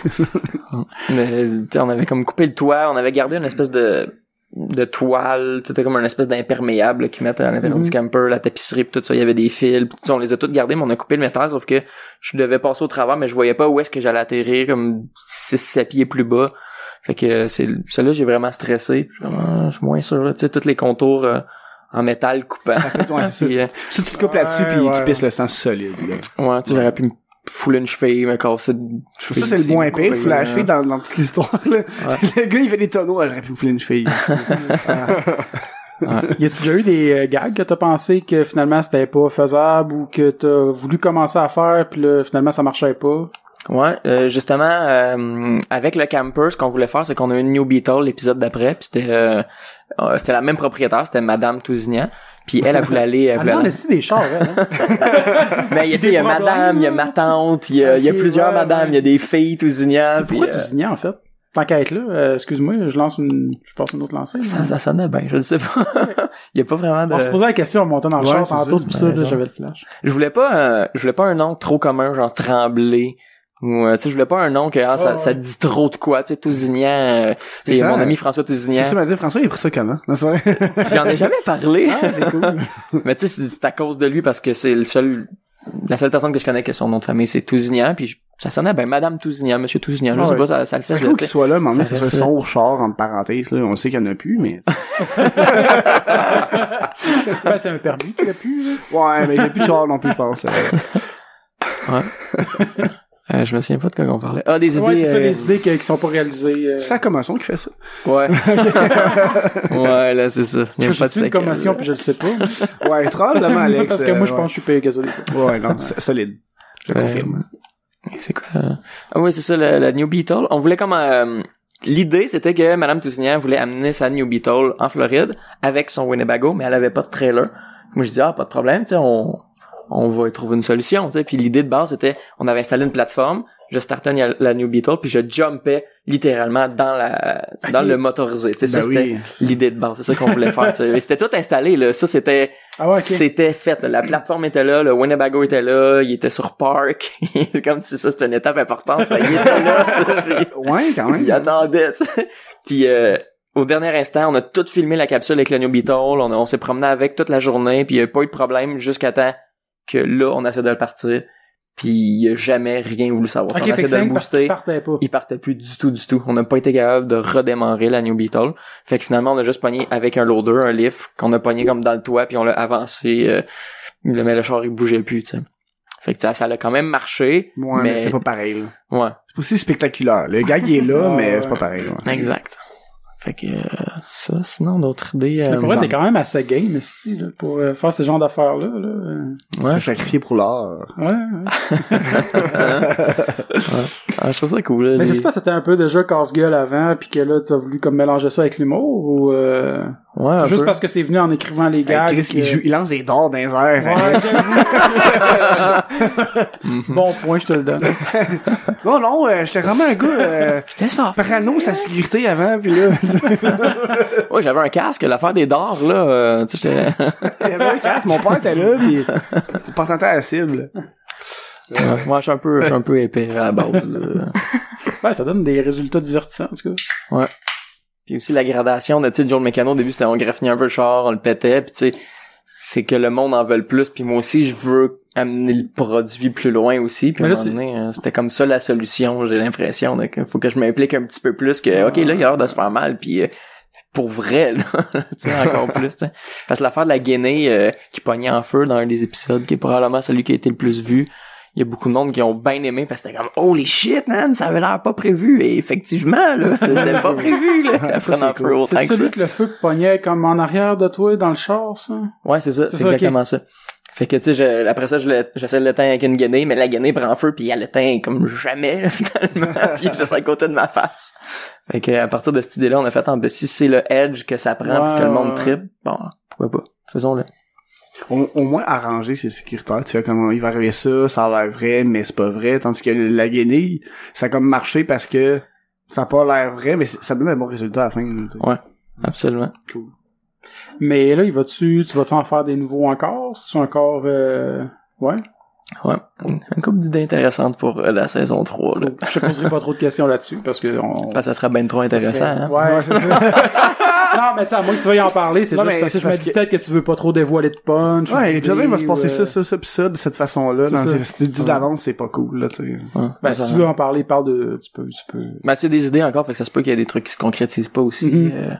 mais, tu sais, on avait comme coupé le toit, on avait gardé une espèce de de toile, c'était comme une espèce d'imperméable là, qu'ils mettent à l'intérieur Mhm. du camper, la tapisserie, pis tout ça, il y avait des fils, pis tout ça, on les a tous gardés, mais on a coupé le métal, sauf que je devais passer au travers, mais je voyais pas où est-ce que j'allais atterrir, comme 6-7 pieds plus bas. Fait que euh, c'est celle-là j'ai vraiment stressé. Puis, vraiment, je suis moins sûr. là. Tu sais, tous les contours euh, en métal coupant. Ouais, c'est Puis, ça. euh, Si tu te coupes là-dessus, Ouais, puis ouais. tu pisses le sang solide. là. ouais, tu sais, j'aurais pu me fouler une cheville, me casser une cheville. Ça, c'est le aussi, moins me pire. couper, Fouler la euh, cheville dans, dans toute l'histoire. là. Le gars, il fait des tonneaux. J'aurais pu me fouler une cheville. Y a-tu déjà eu des euh, gags que t'as pensé que finalement c'était pas faisable ou que t'as voulu commencer à faire puis là, finalement ça marchait pas? Ouais, euh, justement, euh, avec le camper, ce qu'on voulait faire, c'est qu'on a eu une New Beetle l'épisode d'après, puis c'était euh, euh, c'était la même propriétaire, c'était Madame Tousignan, puis elle, elle voulait aller... Elle Ah voulait non, aller- mais c'est des chars, elle, hein? Mais il y a, tu sais, il y a Des problèmes. Madame, il y a ma tante, il y a, il y a Ok, plusieurs ouais, Madame, ouais. il y a des filles Tousignan, puis... Pourquoi euh, tu signes en fait? Tant qu'à être là, euh, excuse-moi, je lance une, je passe une autre lancée. ça, ça sonnait bien, je ne sais pas. il y a pas vraiment de... On se posait la question en montant dans le Ouais, char c'est tantôt, ça, c'est pour ça t'as que raison. j'avais le flash. Je voulais pas un, je voulais pas un nom trop commun, genre Tremblay. Ou, euh, tu sais, je voulais pas un nom que ah, ça, Ouais, ça ouais. dit trop de quoi, tu sais, Tousignan, euh, tu sais, il y a Mais ça, mon ami François Tousignan. C'est ça, m'a dit, François, il a pris ça comment? Non, c'est vrai. J'en ai jamais parlé. Ah, c'est cool. Mais tu sais, c'est c'est à cause de lui parce que c'est le seul la seule personne que je connais que son nom de famille c'est Tousignan, puis je- ça sonnait ben Madame Tousignan, Monsieur Tousignan, je Ah sais ouais. pas, ça, ça le fait. Je trouve de- qu'il soit là, mais en Ça même temps, ça fait fait ça. son char, entre parenthèses, là. On sait qu'il y en a plus, mais. Ben, c'est un permis qu'il a plus, là. Ouais, mais il n'y a plus de char non plus, je pense. Euh, Euh, je me souviens pas de quoi on parlait. Ah, des idées. Ouais, c'est ça, euh, les idées que- qui sont pas réalisées. euh. C'est la commotion qui fait ça. Ouais. ouais, là, c'est ça. Il y a Je pas de suis une sec- commotion, puis je le sais pas. Ouais, probablement, Alex. Parce que moi, je euh, pense que je suis payé gasolé. Ouais, Ouais, non, c'est solide. Je Euh, confirme. C'est quoi? euh? Ah ouais, c'est ça, la, la New Beetle. On voulait comme... euh, L'idée, c'était que Madame Toussignan voulait amener sa New Beetle en Floride avec son Winnebago, mais elle avait pas de trailer. Moi, je dis, ah, pas de problème, tu sais, on, on va y trouver une solution, tu sais. Puis l'idée de base, c'était, on avait installé une plateforme, je startais la- la New Beetle, puis je jumpais littéralement dans la, dans le motorisé, tu sais. ça, Ben c'était oui. l'idée de base, c'est ça qu'on voulait faire, tu sais. Mais c'était tout installé, là. Ça, c'était Ah ouais, ok. c'était fait. La plateforme était là, le Winnebago était là, il était sur park. C'est comme si ça, c'était une étape importante. Fait, il était là, tu sais, puis Ouais, quand même. il attendait, tu sais. Puis euh, au dernier instant, on a tout filmé la capsule avec le New Beetle. On, a- on s'est promené avec toute la journée, puis il n'y a pas eu de problème jusqu'à temps que là, on essaie de le partir. Puis il a jamais rien voulu savoir. Ok, on fait que essaie de ça le booster partait pas. il partait plus du tout, du tout. On n'a pas été capable de redémarrer la New Beetle. Fait que finalement, on a juste pogné avec un loader, un lift, qu'on a pogné comme dans le toit, puis on l'a avancé. euh, le- mais le char, il bougeait plus, tu sais. Fait que ça, ça a quand même marché. Ouais, mais mais- c'est pas pareil, là. Ouais, C'est aussi spectaculaire. Le gars, il est là, Ah, ouais. mais c'est pas pareil, ouais. exact. Fait que euh, ça, sinon, d'autres idées... Mais euh, pour vrai, t'es quand même assez game, esti, là, pour euh, faire ce genre d'affaires-là. Là. Euh, ouais, Se sacrifier pour l'art. Ouais, Euh, ouais. ah, je trouve ça cool. là, Mais les- j'espère que c'était un peu déjà casse-gueule avant, puis que là, tu as voulu comme mélanger ça avec l'humour, ou euh, Ouais, un juste peu. parce que c'est venu en écrivant les Hey, gags. Chris, il, que- joue- il lance des dards dans les airs. hein. Ouais, j'avoue. Mhm. bon point, je te le donne. Non, non, euh, j'étais vraiment un gars euh, J'étais ça. parano sa sécurité avant, puis là, Ouais, j'avais un casque, l'affaire des dards, là. euh, tu sais, j'étais- il y avait un casque, mon père était là, puis tu portais à la cible. Ouais, Moi, je suis un peu, je suis un peu épais à la base, là. Ouais, Ben, ça donne des résultats divertissants, en tout cas. Puis aussi la gradation de, tu sais, Joe le Mécano, au début, c'était on graffinait un peu le char, on le pétait, puis tu sais, c'est que le monde en veut le plus, puis moi aussi, je veux amener le produit plus loin aussi, puis à Mais un là, moment donné, euh, c'était comme ça la solution, j'ai l'impression, là, qu'il faut que je m'implique un petit peu plus, Ah, que, ok, là, il y a l'air de se faire mal, puis euh, pour vrai, là, tu sais, encore plus, tu sais. Parce que l'affaire de la Guinée euh, qui pognait en feu dans un des épisodes, qui est probablement celui qui a été le plus vu, il y a beaucoup de monde qui ont bien aimé parce que c'était comme holy shit man ça avait l'air pas prévu et effectivement là c'était pas prévu là qu'elle prenne en feu autant C'est que ça. celui que le feu pognait comme en arrière de toi, dans le char, ça? ouais c'est ça C'est c'est ça, ok. exactement ça fait que tu sais je- après ça je l'ai- j'essaie de l'éteindre avec une guinée mais la guinée prend feu puis elle l'éteint comme jamais là, finalement puis juste à côté de ma face fait que à partir de cette idée là on a fait en ben, si c'est le edge que ça prend pour Ouais, que le ouais. monde tripe bon pourquoi pas faisons-le Au, au moins, arranger ses sécuritaires, tu sais, comment il va arriver ça, ça a l'air vrai, mais c'est pas vrai, tandis que la guenille, ça a comme marché parce que ça a pas l'air vrai, mais c'est- ça donne un bon résultat à la fin. là, tu sais. absolument Mais là, il va-tu, tu vas-tu en faire des nouveaux encore? C'est encore, euh, ouais. ouais une couple d'idées intéressantes pour euh, la saison 3 là Je te poserai pas trop de questions là-dessus, parce que on... Parce que ça sera bien trop intéressant hein. Ouais, Ouais, c'est ça. Non, mais tu sais, à moins que tu veuilles en parler, c'est Non, juste mais parce que c'est je me parce dis que- peut-être que tu veux pas trop dévoiler de punch. ou Ouais, d'idées, l'épisode il va se ou, passer euh, ça, ça, ça, pis ça, de cette façon-là. C'est dans- ça. C'est c'est dit d'avance, c'est pas cool, là, tu sais. Ouais, Ben, hein. ouais, si ça- tu veux en parler, parle de, tu peux, tu peux. Ben, c'est des idées encore, fait que ça se peut qu'il y ait des trucs qui se concrétisent pas aussi. Mhm. euh,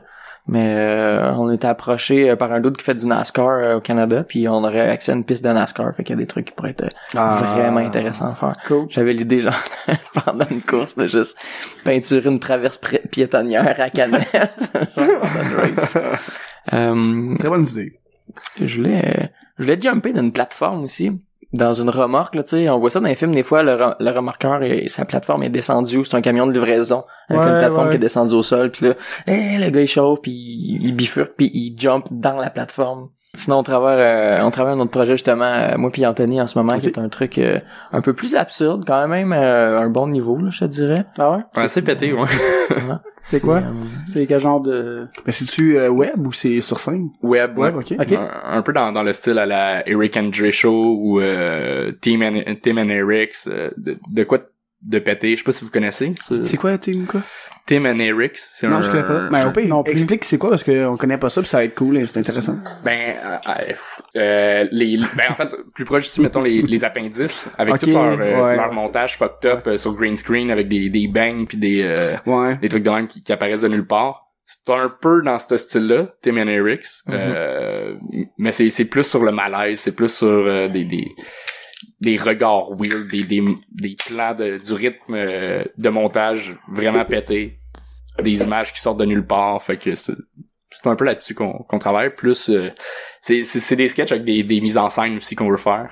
mais euh, on était approché euh, par un doute qui fait du NASCAR euh, au Canada, puis on aurait accès à une piste de NASCAR, fait qu'il y a des trucs qui pourraient être euh, Ah. Ah. vraiment intéressants à faire. Cool. J'avais l'idée, genre, pendant une course, de juste peinturer une traverse pré- piétonnière à canette. genre, pendant une race. Euh, Très bonne idée. je voulais, euh, je voulais jumper d'une plateforme aussi, dans une remorque, là, tu sais. On voit ça dans les films, des fois, le, re- le remorqueur, et sa plateforme est descendue, ou c'est un camion de livraison, avec Ouais, une plateforme ouais. qui est descendue au sol, puis là, eh, le gars, il chauffe, puis il, il bifurque, puis il jump dans la plateforme. Sinon, on travaille, euh, on travaille un autre projet, justement, euh, moi puis Anthony, en ce moment, qui est un truc euh, un peu plus absurde, quand même, euh, un bon niveau, là, je te dirais. Ah ouais? Ouais, c'est pété, ouais. C'est quoi? euh, C'est quel genre de... Mais c'est-tu euh, web ou c'est sur scène? Web, ouais. ok. Ok. Un, un peu dans, dans le style à la Eric Andre Show ou euh, Team, and, Team and Eric's, euh, de, de quoi de de péter. Je sais pas si vous connaissez. ce- C'est quoi, Tim, quoi? Tim and Eric. C'est Non, un- Ben, je connais pas. Mais au pire, Non plus. explique c'est quoi, parce qu'on connaît pas ça, pis ça va être cool, et c'est intéressant. Ben, euh, euh, les, ben, en fait, plus proche ici, mettons les, les appendices, avec Ok, tout leur, euh, ouais. leur montage fucked up euh, sur green screen, avec des, des bangs puis des, euh, Ouais. des trucs de même qui, qui apparaissent de nulle part. C'est un peu dans ce style-là, Tim and Eric's. Mhm. Euh, mais c'est, c'est plus sur le malaise, c'est plus sur euh, des, des, des regards weird, des, des, des plans de, du rythme euh, de montage vraiment pété, des images qui sortent de nulle part. Fait que c'est, c'est un peu là-dessus qu'on, qu'on travaille. Plus, euh, c'est, c'est, c'est des sketchs avec des, des mises en scène aussi qu'on veut faire.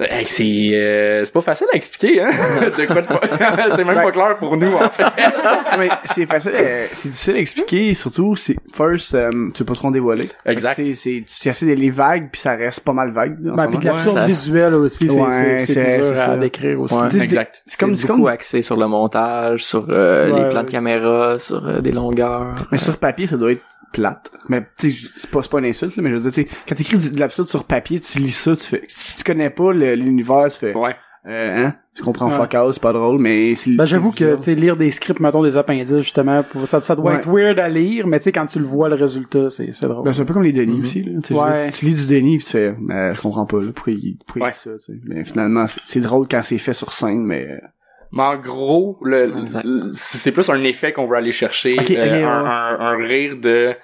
Hey, c'est, euh, c'est pas facile à expliquer, hein? De quoi de pas- c'est même pas clair pour nous, en fait. Ah, mais c'est facile, euh, c'est difficile à expliquer, surtout, c'est, first, euh, tu veux pas trop en dévoiler. Exact. Tu sais, c'est, tu essaies de les vagues, puis ça reste pas mal vague, là, en Ben, ce puis moment. que l'absurde Ouais, ça- visuel aussi, c'est- Ouais, c'est c'est- c'est dur c'est à ça. décrire aussi. Ouais. Exact. C'est Comme comme, euh, beaucoup c'est comme, axé sur le montage, sur euh, Ouais, les plans ouais. de caméra, sur euh, des longueurs. mais sur papier, ça doit être plate. Mais, tu sais, c'est pas, c'est pas une insulte, là, mais je veux dire, tu sais, quand t'écris du- de l'absurde sur papier, tu lis ça, tu fais, si tu connais pas le- l'univers, tu fais, Ouais. euh, hein, tu comprends Ouais. fuck all, c'est pas drôle, mais c'est Ben, j'avoue c'est que, tu sais, lire des scripts, mettons, des appendices, justement, pour- ça, ça doit Ouais. être weird à lire, mais tu sais, quand tu le vois, le résultat, c'est c'est drôle. Ben, c'est un peu comme les Denis Mhm. aussi, là. Tu sais, je veux Ouais. dire, tu- tu lis du Denis pis tu fais, mais je comprends pas, là, pourquoi il, pourquoi il Ouais. dit ça, tu sais. Mais finalement, c'est c'est drôle quand c'est fait sur scène, mais... euh, Mais en gros, le, Exact. le- c'est plus un effet qu'on veut aller chercher, Ok, euh, ok, ouais. un, un- un rire de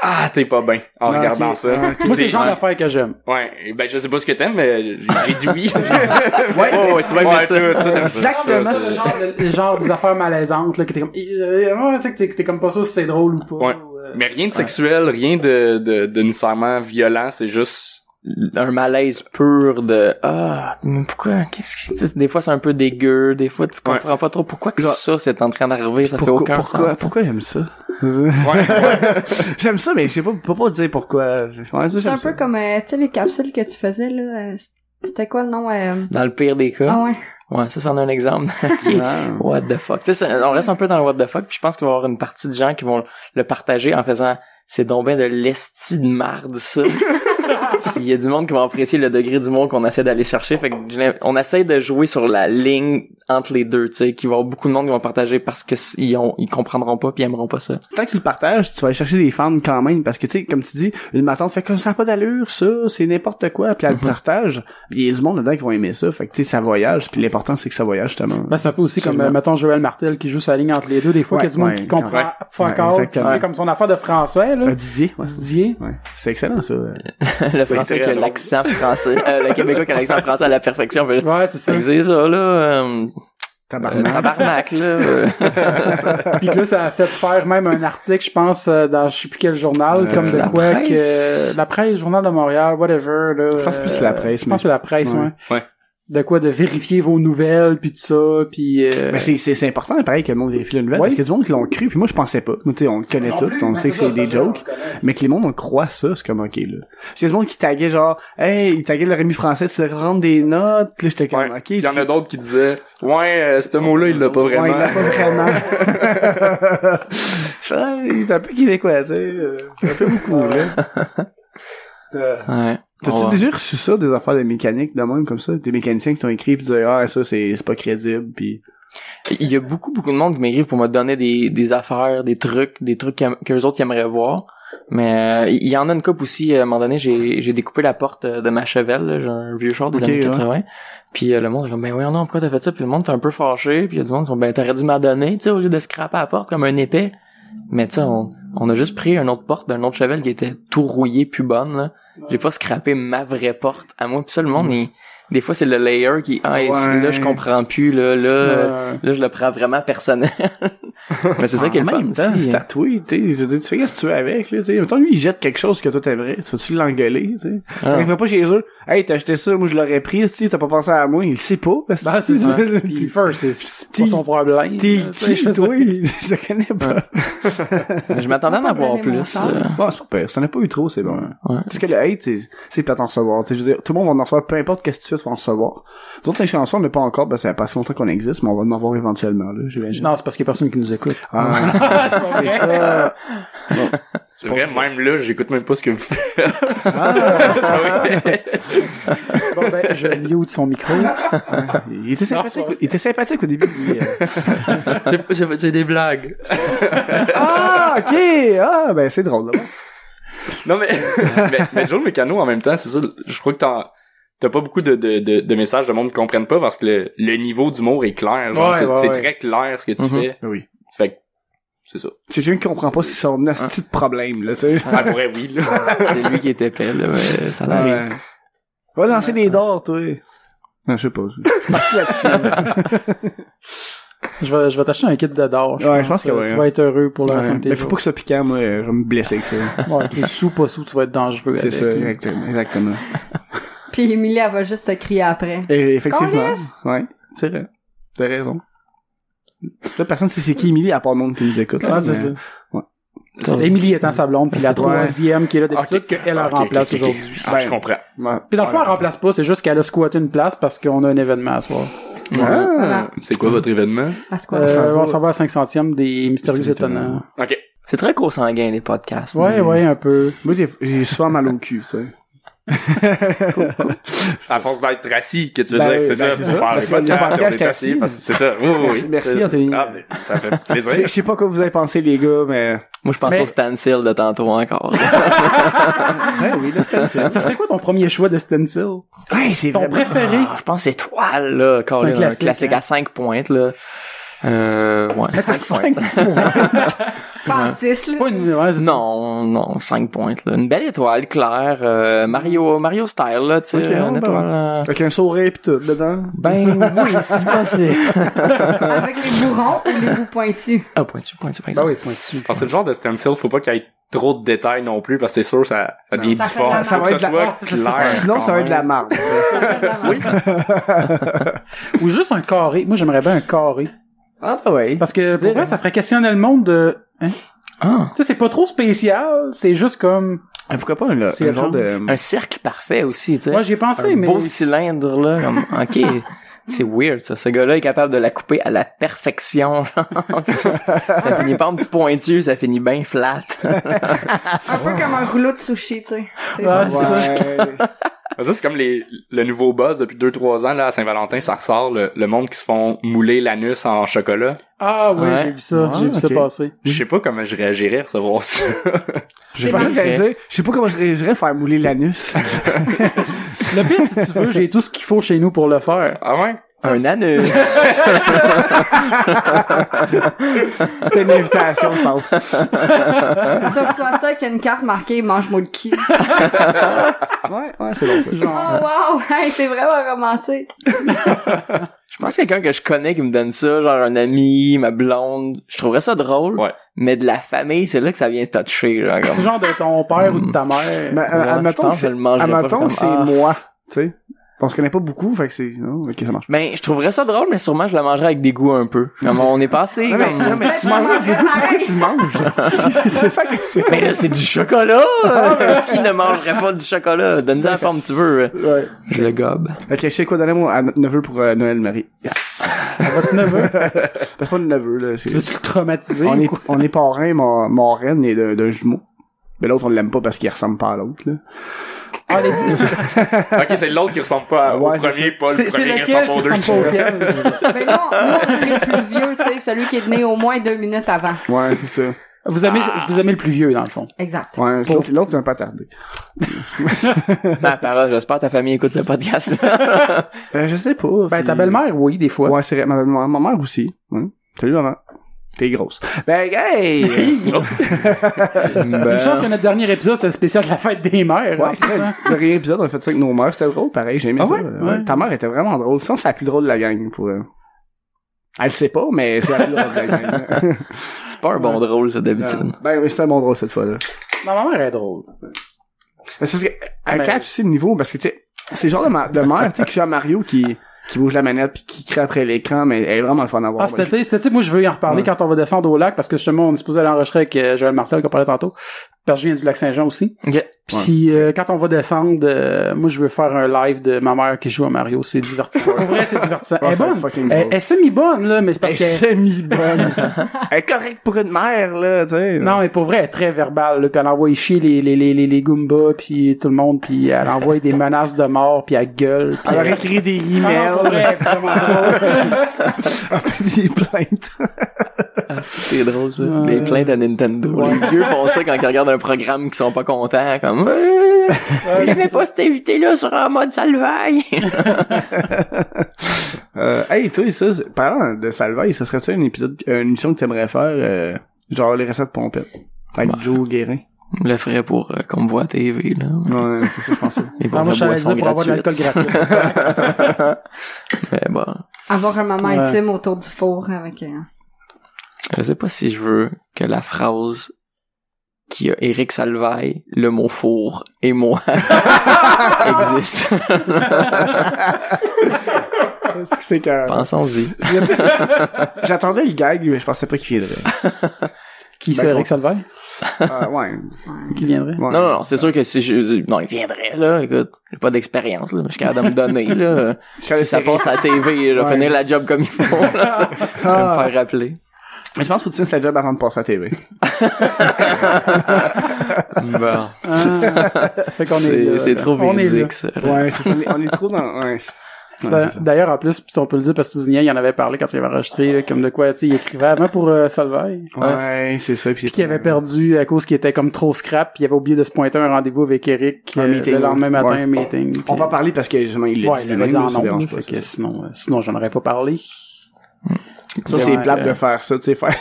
ah t'es pas bien en Ah, regardant ok. ça. Ah, ok. Moi, c'est le genre ouais. d'affaires que j'aime. Ouais, ben je sais pas ce que t'aimes, mais j'ai dit oui. Ouais, ouais, ouais, tu vas aimer ça. Exactement le genre, de- le genre des affaires malaisantes, là, que t'es comme, euh, ouais, tu sais, que t'es- que t'es comme pas sûr si c'est drôle ou pas. Ouais. ou, euh, Mais rien de sexuel, rien de, de, de nécessairement violent, c'est juste un malaise pur de ah mais pourquoi qu'est-ce que c'est- des fois c'est un peu dégueu des fois tu comprends pas trop pourquoi que Genre- ça c'est en train d'arriver ça Pourquoi, fait aucun pourquoi, sens pourquoi j'aime ça? ouais, j'aime ça, mais je sais pas, peux pas dire pourquoi. Ouais, ça, C'est j'aime un ça. peu comme, euh, tu sais, les capsules que tu faisais, là. euh, C'était quoi le nom? euh, dans le pire des cas Ah ouais. ouais ça c'en est un exemple Ah. what the fuck tu sais c'est- on reste un peu dans le what the fuck puis je pense qu'il va y avoir une partie de gens qui vont le partager en faisant c'est donc ben de l'esti de marde ça Puis il y a du monde qui va apprécier le degré du monde qu'on essaie d'aller chercher fait que j'ai l'im- on essaie de jouer sur la ligne entre les deux tu sais qu'il va y avoir beaucoup de monde qui vont partager parce que s- ils ont ils comprendront pas puis ils aimeront pas ça Tant qu'ils le partagent, tu vas aller chercher des fans quand même, parce que, tu sais, comme tu dis, une matante fait comme ça a pas d'allure, ça, c'est n'importe quoi, puis elle le partage, puis il y a du monde dedans qui vont aimer ça, fait que, tu sais, ça voyage, puis l'important, c'est que ça voyage, justement. Ben, c'est un peu aussi comme, Absolument. euh, mettons, Joël Martel qui joue sa ligne entre les deux. Des fois, Ouais, qu'il y a du monde ouais, qui comprend ouais. fuck Ouais, all, exactement. qui fait comme son affaire de français, là. Euh, Didier, ouais, c'est- Didier. ouais. c'est excellent, ça. le français qui a très drôle. l'accent français, euh, le québécois qui a l'accent français à la perfection. mais- Ouais, c'est ça. Fait que C'est ça, là, euh, euh, Tabarnak. tabarnak, là. euh. Puis que là, ça a fait faire même un article, je pense, euh, dans je sais plus quel journal, Euh, comme de la quoi presse? que la presse, journal de Montréal, whatever. Là, Je pense euh, plus que c'est la presse, Je pense mais- que c'est la presse, ouais. Ouais. Ouais. De quoi de vérifier vos nouvelles, puis tout ça, puis. euh, Mais c'est, c'est, c'est important, pareil, que le monde vérifie la nouvelle, Ouais. parce que du monde qui l'ont cru, puis moi, je pensais pas. Moi, tu sais, on le connaît Non tout, plus, on mais sait que ça, c'est des ça, on jokes, connaît. mais que les mondes, on croit ça, c'est comme, ok, là. Puis il y a du monde qui taguait genre, hey, il taguait leur ami français, tu rendre des notes, puis là, j'étais comme, ouais. ok. Il y en tu- a d'autres qui disaient ouais, euh, ce mot-là il l'a pas Ouais, vraiment. il l'a pas vraiment. ça, il est un peu québécois, tu sais. euh, Un peu beaucoup, là. Euh, Ouais. T'as-tu On va- déjà reçu ça, des affaires de mécanique, de même, comme ça? Des mécaniciens qui t'ont écrit, puis disaient, ah, ça, c'est, c'est pas crédible, puis Il y a beaucoup, beaucoup de monde qui m'écrivent pour me donner des, des affaires, des trucs, des trucs qu'eux autres qui aimeraient voir. Mais euh, il y en a une coupe aussi, euh, à un moment donné, j'ai j'ai découpé la porte euh, de ma chevelle, là, j'ai un vieux char des Ok, années ouais. 80. Puis euh, le monde est comme, ben oui, non, pourquoi t'as fait ça? Puis le monde est un peu fâché, puis il y a du monde qui sont, ben t'aurais dû m'en donner, tu sais, au lieu de scraper à la porte comme un épais. Mais tu sais, on, on a juste pris une autre porte d'un autre chevelle qui était tout rouillée, plus bonne, là. J'ai pas scrappé ma vraie porte à moi, puis ça, le monde, il- des fois, c'est le layer qui, ah, et si- Ouais. là, je comprends plus, là, là... euh, Là, je le prends vraiment personnel. Mais c'est ça qui est En le fun même temps, aussi. hein. c'est tatoué, tu sais. Je veux dire, tu fais qu'est-ce que tu veux avec, là, tu sais. Mettons, lui, il jette quelque chose que toi t'aimerais. Tu vas-tu l'engueuler, tu sais. Ah. T'arriverais pas chez eux. Hey, t'as acheté ça, moi, je l'aurais pris, tu sais, t'as pas pensé à moi. Il le sait pas. parce que ben, c'est ça. tu- Puis first, c'est pas T'es- son problème. T'es là, tu sais, qui, je- toi? Je te connais pas. Mais Je m'attendais à en avoir Pas vraiment plus. ça. euh, Bon, c'est pas pire. Ça n'a pas eu trop, c'est bon. Ouais. Parce que le hate, c'est, c'est pas t'en recevoir. Tu sais, je veux dire, tout le monde va en recevoir peu importe qu'est-ce que tu fais artistes vont recevoir. Nous autres, les chansons, on n'a pas encore, ben, ça fait pas si longtemps qu'on existe, mais on va en avoir éventuellement, là, j'imagine. Non, c'est parce qu'il y a personne qui nous écoute. Ah, c'est ça. Bon. C'est vrai, même là, j'écoute même pas ce que vous faites. Ah. bon, ben, je mute son micro. Il était Non, sympathique, c'est vrai. il était sympathique au début, lui, euh. C'est- c'est c'est des blagues. Ah, ok! Ah, ben, c'est drôle, là. Non, mais, mais, mais Joe Mécano, en même temps, c'est ça, je crois que t'en, t'as pas beaucoup de, de, de, de messages de monde qui comprennent pas parce que le, le niveau d'humour est clair. genre, Ouais, c'est ouais, c'est ouais. très clair ce que tu Mhm. fais. Ben oui. Ah. Fait que, c'est ça. C'est quelqu'un qui comprend pas, c'est son asti de problème, là, tu sais. Ah, pour vrai, oui, là. C'est euh, lui qui était épais, là, mais ça l'arrive. Ouais. Va lancer des dards, toi. Non, je sais pas. je- Je vais, je vais t'acheter un kit de d'or. Ouais, je pense que Euh, ouais. Tu vas être heureux pour le reste Ouais. de tes Mais faut pas jours. que ça piquant, moi, je vais me blesser avec ça. Ouais, t'es sous, pas sous, tu vas être dangereux. C'est avec, ça, là. exactement. exactement. Puis Emilie, elle va juste te crier après. Et effectivement. Câlisse! Ouais, c'est vrai. T'as raison. Là, personne sait c'est qui Emily à part le monde qui nous écoute. là, Ouais, c'est mais- ça. Ouais. Émilie étant sa blonde, puis la C'est- troisième qui est là d'habitude, Ok, qu'elle en ok, remplace ok, ok, ok. aujourd'hui. Ah, je comprends. Ben. Ouais. Puis dans le fond, elle remplace pas, c'est juste qu'elle a squatté une place parce qu'on a un événement à soir. Ah. Voilà. C'est quoi votre événement? À ce quoi? Euh, s'en va. on s'en va à 5 centièmes des Mystérieux Mystérieux Étonnants. Ok. C'est très consanguin, les podcasts. Ouais, ouais, un peu. Moi, j'ai- j'ai souvent mal au cul, ça. À force d'être assis, que tu veux Ben dire que oui, c'est ben ça, c'est ça, pour faire parce les que le podcasts, podcast, on est t'es assis, assis. parce que c'est ça. Oui, oui, Merci- oui. merci, C'est- Anthony. Ah, mais ça fait Je plaisir. je sais pas quoi vous avez pensé, les gars, mais... Moi, je pense Mais- au standstill de tantôt encore. Ouais, oui, le stencil. Ça serait quoi ton premier choix de stencil? Ouais, c'est Ton vrai. préféré? Ah, je pense que c'est toile, là, quand C'est un un classique, classique, hein. à 5 pointes, là. Euh, ouais, 5 pointes. Pas à six, là. Pas une, ouais, c'est- Non, non, 5 pointes, là. Une belle étoile claire, euh, Mario, Mario style, là, tu sais, Ok, une bon. étoile. euh, Avec un sourire pis tout, dedans. Ben oui, si possible. Avec les bourrons ou les bouts pointus. Ah, pointu, pointu, par Bah exemple. oui, pointu. Parce que c'est le genre de stencil, faut pas qu'il y ait trop de détails non plus, parce que c'est sûr, ça, ça devient Ça fait- difforme. ça- ça Faut va que être de ça la- soit clair. Sinon, ça va être de la marque. marde. oui. Ou juste un carré. Moi, j'aimerais bien un carré. Ah, bah ouais. Parce que, pour vrai, ça ferait questionner le monde de... Hein? Ah, Tu sais, c'est pas trop spécial, c'est juste comme... Pourquoi pas un, C'est un genre de... Ah, un cercle parfait aussi, tu sais. Moi, j'y ai pensé, un mais... beau cylindre, là, comme, ok. C'est weird, ça. Ce gars-là est capable de la couper à la perfection. genre. ça finit pas en petit pointu, ça finit bien flat. Un peu comme un rouleau de sushi, tu sais. C'est Ah, bon. c'est ça. Ça, c'est comme les, le nouveau buzz depuis 2-3 ans, là, à Saint-Valentin, ça ressort, le, le monde qui se font mouler l'anus en chocolat. Ah oui, Ouais. j'ai vu ça, Ah, j'ai vu ça ok. passer. Je sais pas comment je réagirais à recevoir ça. Je pensais que j'allais dire, je sais pas comment je réagirais à faire mouler l'anus. Le pire, si tu veux, j'ai tout ce qu'il faut chez nous pour le faire. Ah ouais? un anus. C'était une invitation, je pense. Ça reçoit ça avec une carte marquée « Mange-moi le cul Ouais, ouais, c'est bon ça. ». Oh, wow! Hey, c'est vraiment romantique. Je pense que quelqu'un que je connais qui me donne ça, genre un ami, ma blonde, je trouverais ça drôle. Ouais. Mais de la famille, c'est là que ça vient toucher, genre C'est comme. genre de ton père ou de ta mère. Mais euh, Ouais, je admettons pense que je que c'est, le mangerais pas, admettons comme, que c'est ah. moi, tu sais. On se connaît pas beaucoup, fait que c'est, non, ok, ça marche. Ben, je trouverais ça drôle, mais sûrement je le mangerais avec dégoût un peu. Comme on est passé. Non, mais, comme... Ben, non, mais tu manges pas beaucoup, pourquoi tu le manges? c'est ça que tu Mais là, c'est du chocolat! euh, qui ne mangerait pas du chocolat? Donne-nous la forme que tu veux. euh. Ouais. Je le gobe. Ok, je sais quoi, donnez-moi à notre neveu pour euh, Noël, Marie. Yes. À votre neveu. Ben, C'est pas le neveu, là. c'est- Tu veux-tu le traumatiser? on, ou est, quoi? on est parrain, mon, mon reine est d'un d'un jumeau. Mais l'autre, on l'aime pas parce qu'il ressemble pas à l'autre, là. Ah, les- c'est- Ok, c'est l'autre qui ressemble pas à- au Ouais, c'est premier, pas le c'est, premier qui lequel ressemble qui aux deux. ressemble pas auquel? Mais Ben non, nous, on a pris le plus vieux, tu sais, celui qui est né au moins deux minutes avant. Ouais, c'est ça. Vous aimez, Ah. vous aimez le plus vieux, dans le fond. Exact. Ouais, Pour- l'autre, l'autre, il va pas tarder. Ma parole, j'espère que ta famille écoute ce podcast Euh, je sais pas. Ben, ta puis- belle-mère, oui, des fois. Ouais, c'est vrai. Ma, ma- ma mère aussi. Hein? Salut, maman. T'es grosse. Ben, hey! Une chance que notre dernier épisode, c'est le spécial de la fête des mères. hein, ben. ouais, c'est vrai. Le dernier épisode, on a fait ça avec nos mères. C'était drôle, pareil. J'ai aimé Ah ça. ouais? Ouais. Ta mère était vraiment drôle. Sans, c'est la plus drôle de la gang. Pour, euh... Elle le sait pas, mais c'est la plus drôle de la gang. C'est pas un bon drôle, ça, d'habitude. ben, oui, c'était bon drôle cette fois-là. Non, ma mère est drôle. Mais c'est parce que, elle Ben- catch aussi le niveau, parce que, tu sais, c'est le genre de, ma- de mère, tu sais, que genre Mario qui, qui bouge la manette puis qui crie après l'écran, mais elle est vraiment le fun à voir. Ah, cet été, cet été, moi, je veux y en reparler Ouais. quand on va descendre au lac, parce que justement, on est supposé aller enregistrer avec euh, Joël Martel, qu'on parlait tantôt. Parce que je viens du Lac-Saint-Jean aussi. Ok. Puis euh, quand on va descendre, euh, moi je veux faire un live de ma mère qui joue à Mario. C'est divertissant. Pour vrai, c'est divertissant. Ah, elle est ça va être bonne. fucking Elle, drôle. elle est semi-bonne, là, mais c'est parce Elle est que... semi-bonne. Elle est correcte pour une mère, là, tu sais. Non, mais pour vrai, elle est très verbale. Là, puis elle envoie chier les, les, les, les, les Goombas, puis tout le monde, puis elle envoie des menaces de mort, puis elle gueule. Puis Elle elle... aurait écrit des Ah non, pour vrai, emails, elle est vraiment drôle. des plaintes. Ah, c'est drôle, ça. Ouais. Des plaintes à Nintendo. Les vieux font ça quand ils regardent un programme qui sont pas contents, comme, euh, j'aimais pas cet invité-là sur un mode salvaille. Euh, hey, toi, ça, c'est- parlant de Salvaille, ça serait ça une épisode, une émission que t'aimerais faire, euh, genre les recettes pompettes. Avec Ouais. Joe Guérin. Je le ferais pour, euh, qu'on me voit à TV, là. Ouais, c'est ça, je pense. Et pour Ah, la moi, je savais dire boisson pour avoir de l'alcool gratuite. gratuit. Mais Ben, bon. Avoir un moment Ouais. intime autour du four avec... euh, Je sais pas si je veux que la phrase qui a Eric Salvaille, le mot four et moi existe. c'est Bah. carré. Pensons-y. J'attendais le gag, mais je pensais pas qu'il viendrait. Qui Ben, c'est Eric Salvaire? Ah, ouais. Qui viendrait? ouais. Non, non, non, c'est sûr que si je... Non, il viendrait, là, écoute. J'ai pas d'expérience, là, mais je suis capable de me donner, là. Je suis allé si ça serrer. passe à la TV, je vais Ouais. finir la job comme il faut, là. Ça va me faire rappeler. Ah. Mais je pense qu'il faut que tu fasses la job avant de passer à la TV. Bon. Ah. fait qu'on est là, C'est c'est là. trop On est là. véridique, ça. Ouais, c'est ça. On est- On est trop dans, ouais. c'est- ouais, D'a- c'est ça. D'ailleurs, en plus, puis on peut le dire, parce que Tousignan, il en avait parlé quand il avait enregistré, là, comme de quoi, tu sais, il écrivait avant pour euh, Salvaille, Ouais, c'est ça. Puis puis qu'il avait perdu à cause qu'il était comme trop scrap, puis il avait oublié de se pointer à un rendez-vous avec Eric Un euh, meeting, le lendemain ouais. matin, Ouais. un meeting. puis- On va en parler parce que justement, il l'a Ouais, dit il avait dit lui-même, en là, ça nombre, dérange là, pas, fait ça, que ça. sinon, euh, sinon j'en aurais pas parlé. Ça, c'est Ouais, plate euh. de faire ça, tu sais, faire.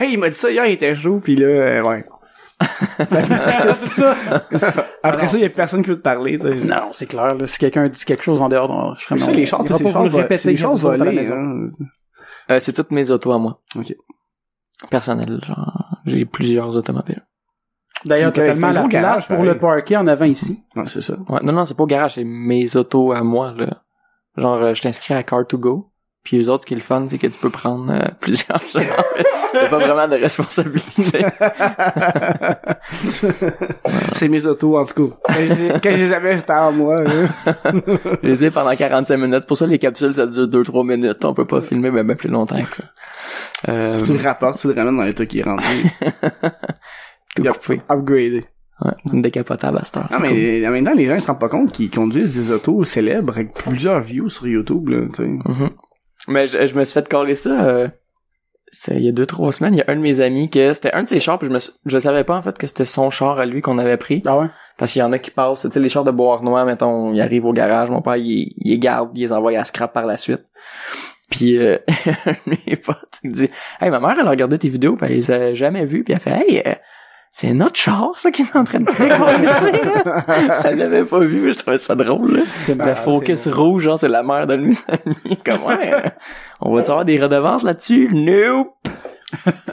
hey, il m'a dit ça hier, il était chaud, puis là, euh, ouais. c'est ça! Après Ah non, ça, il y a personne qui veut te parler, tu sais. Non, c'est clair, là, si quelqu'un dit quelque chose en dehors, non, je serais Mais ça, non, les Ah, il chars, va toi, c'est pas les vous chars, le vo- répéter, c'est les quand chars vous êtes à la volés, maison. hein. Euh, c'est toutes mes autos à moi. Ok. Personnel, genre. J'ai plusieurs automobiles. D'ailleurs, Ok, t'as c'est tellement un la gros garage, place pour pareil. le parquet en avant ici. Ouais, c'est ça. Ouais, non, non, c'est pas au garage, c'est mes autos à moi, là. Genre, euh, je t'inscris à Car2Go. Puis les autres, ce qui est le fun, c'est que tu peux prendre euh, plusieurs genres. T'as pas vraiment de responsabilité. c'est mes autos, en tout cas. Quand je les ai- quand je les avais, c'était en moi, là. je les ai pendant 45 minutes. Pour ça, les capsules, ça dure 2-3 minutes. On peut pas filmer même plus longtemps que ça. Euh, Tu le rapportes, tu le ramènes dans l'état qui est rendu. tout yep. coupé. Upgradé. Ouais, une décapotable à cette heure. Non, c'est mais en même temps, les gens, ils se rendent pas compte qu'ils conduisent des autos célèbres avec plusieurs views sur YouTube, là, tu sais. Mhm. Mais je, je me suis fait coller ça. euh, c'est- il y a deux trois semaines, il y a un de mes amis que c'était un de ses chars, puis je me suis- je savais pas en fait que c'était son char à lui qu'on avait pris, Ah ouais? parce qu'il y en a qui passent, tu sais les chars de bois noir, mettons, ils arrivent au garage, mon père il, il les garde, il les envoie à scrap par la suite. Puis euh, un de mes potes il dit "Hey ma mère elle a regardé tes vidéos, puis elle les a jamais vues, puis elle fait "Hey, euh, c'est notre char ça qui est en train de décoller, là. Elle l'avait pas vu, mais je trouvais ça drôle. là. C'est Le focus rouge, genre, c'est la mère de mes amis. Comme, ouais, euh, on va-tu avoir des redevances là-dessus? Nope!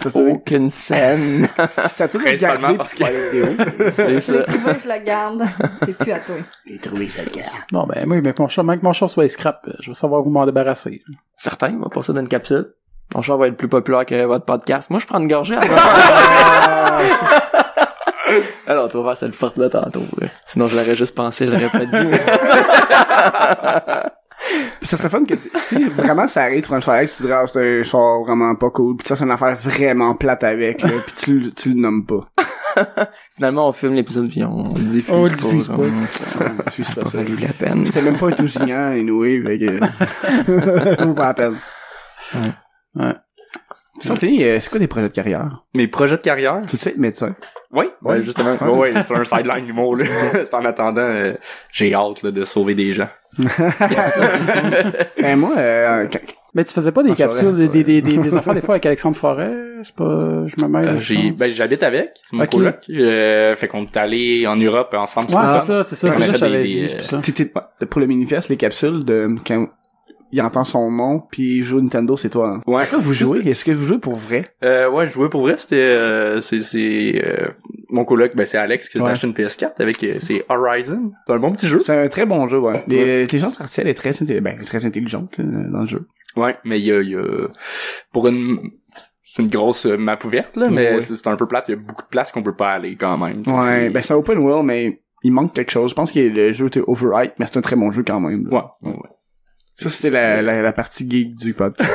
Ça, c'est- Aucune scène. Ah, c'est à toi de Principalement garder parce pour faire la vidéo. C'est Je ça. l'ai trouvé, je la garde. C'est plus à toi. Bon, ben, moi, mais mon chat, même que mon chat soit scrap, euh, je vais savoir où m'en débarrasser. Certain, on va passer dans une capsule. Mon char va être plus populaire que votre podcast. Moi, je prends une gorgée avant. Alors, toi, faire cette forte-là tantôt. là. Sinon, je l'aurais juste pensé, je l'aurais pas dit. mais- Pis ça serait fun que tu- si vraiment ça arrive, tu prends un char avec, tu dirais, ah, c'est un char vraiment pas cool, pis ça, c'est une affaire vraiment plate avec, là, pis tu, le- tu le nommes pas. Finalement, on filme l'épisode puis on le diffuse. On le diffuse pas. comme- Tu sais, c'est Ça a pas pas ça. valu la peine. C'était même pas un tousignant, anyway, fait que... Vaut pas la peine. Ouais. Tu sais, Tony, euh, c'est quoi des projets de carrière? Mes projets de carrière? Tu sais, médecin. Oui, Oui. ben, justement. Ah. oui, c'est un sideline humour, là. c'est en attendant, euh, j'ai hâte, là, de sauver des gens. Ben, moi, euh, quand- Mais tu faisais pas des Ah, c'est capsules, vrai, des, des, des, des affaires des fois avec Alexandre Forêt, c'est pas, je me mêle. Euh, je j'ai, pense. ben, j'habite avec, mon Ok. coloc. Euh, fait qu'on est allé en Europe ensemble. Ouais, sur c'est ça, c'est ça, on c'est a ça, fait que j'avais des- vu, des, c'est pour ça. t'es- t'es- pour le manifeste, les capsules de quand il entend son nom, pis il joue Nintendo, c'est toi. hein. Ouais. Pourquoi vous jouez? Est-ce que vous jouez pour vrai? Euh, ouais, jouer pour vrai, c'était, euh, c'est, c'est, euh, mon coloc, ben, c'est Alex qui a Ouais. acheté une PS4 avec, euh, c'est Horizon. C'est un bon petit jeu. C'est un très bon jeu, ouais. Les- L'intelligence artificielle est très, inté- ben, très intelligente là, dans le jeu. Ouais, mais il y a, il y a- pour une, c'est une grosse euh, map ouverte, là, mais Ouais. c'est c'est un peu plate. Il y a beaucoup de places qu'on peut pas aller quand même. Tu sais, Ouais, c'est- ben c'est un open world, mais il manque quelque chose. Je pense que le jeu était overhype, mais c'est un très bon jeu quand même. là. ouais, ouais, ouais. Ça, c'était la, la, la partie geek du podcast.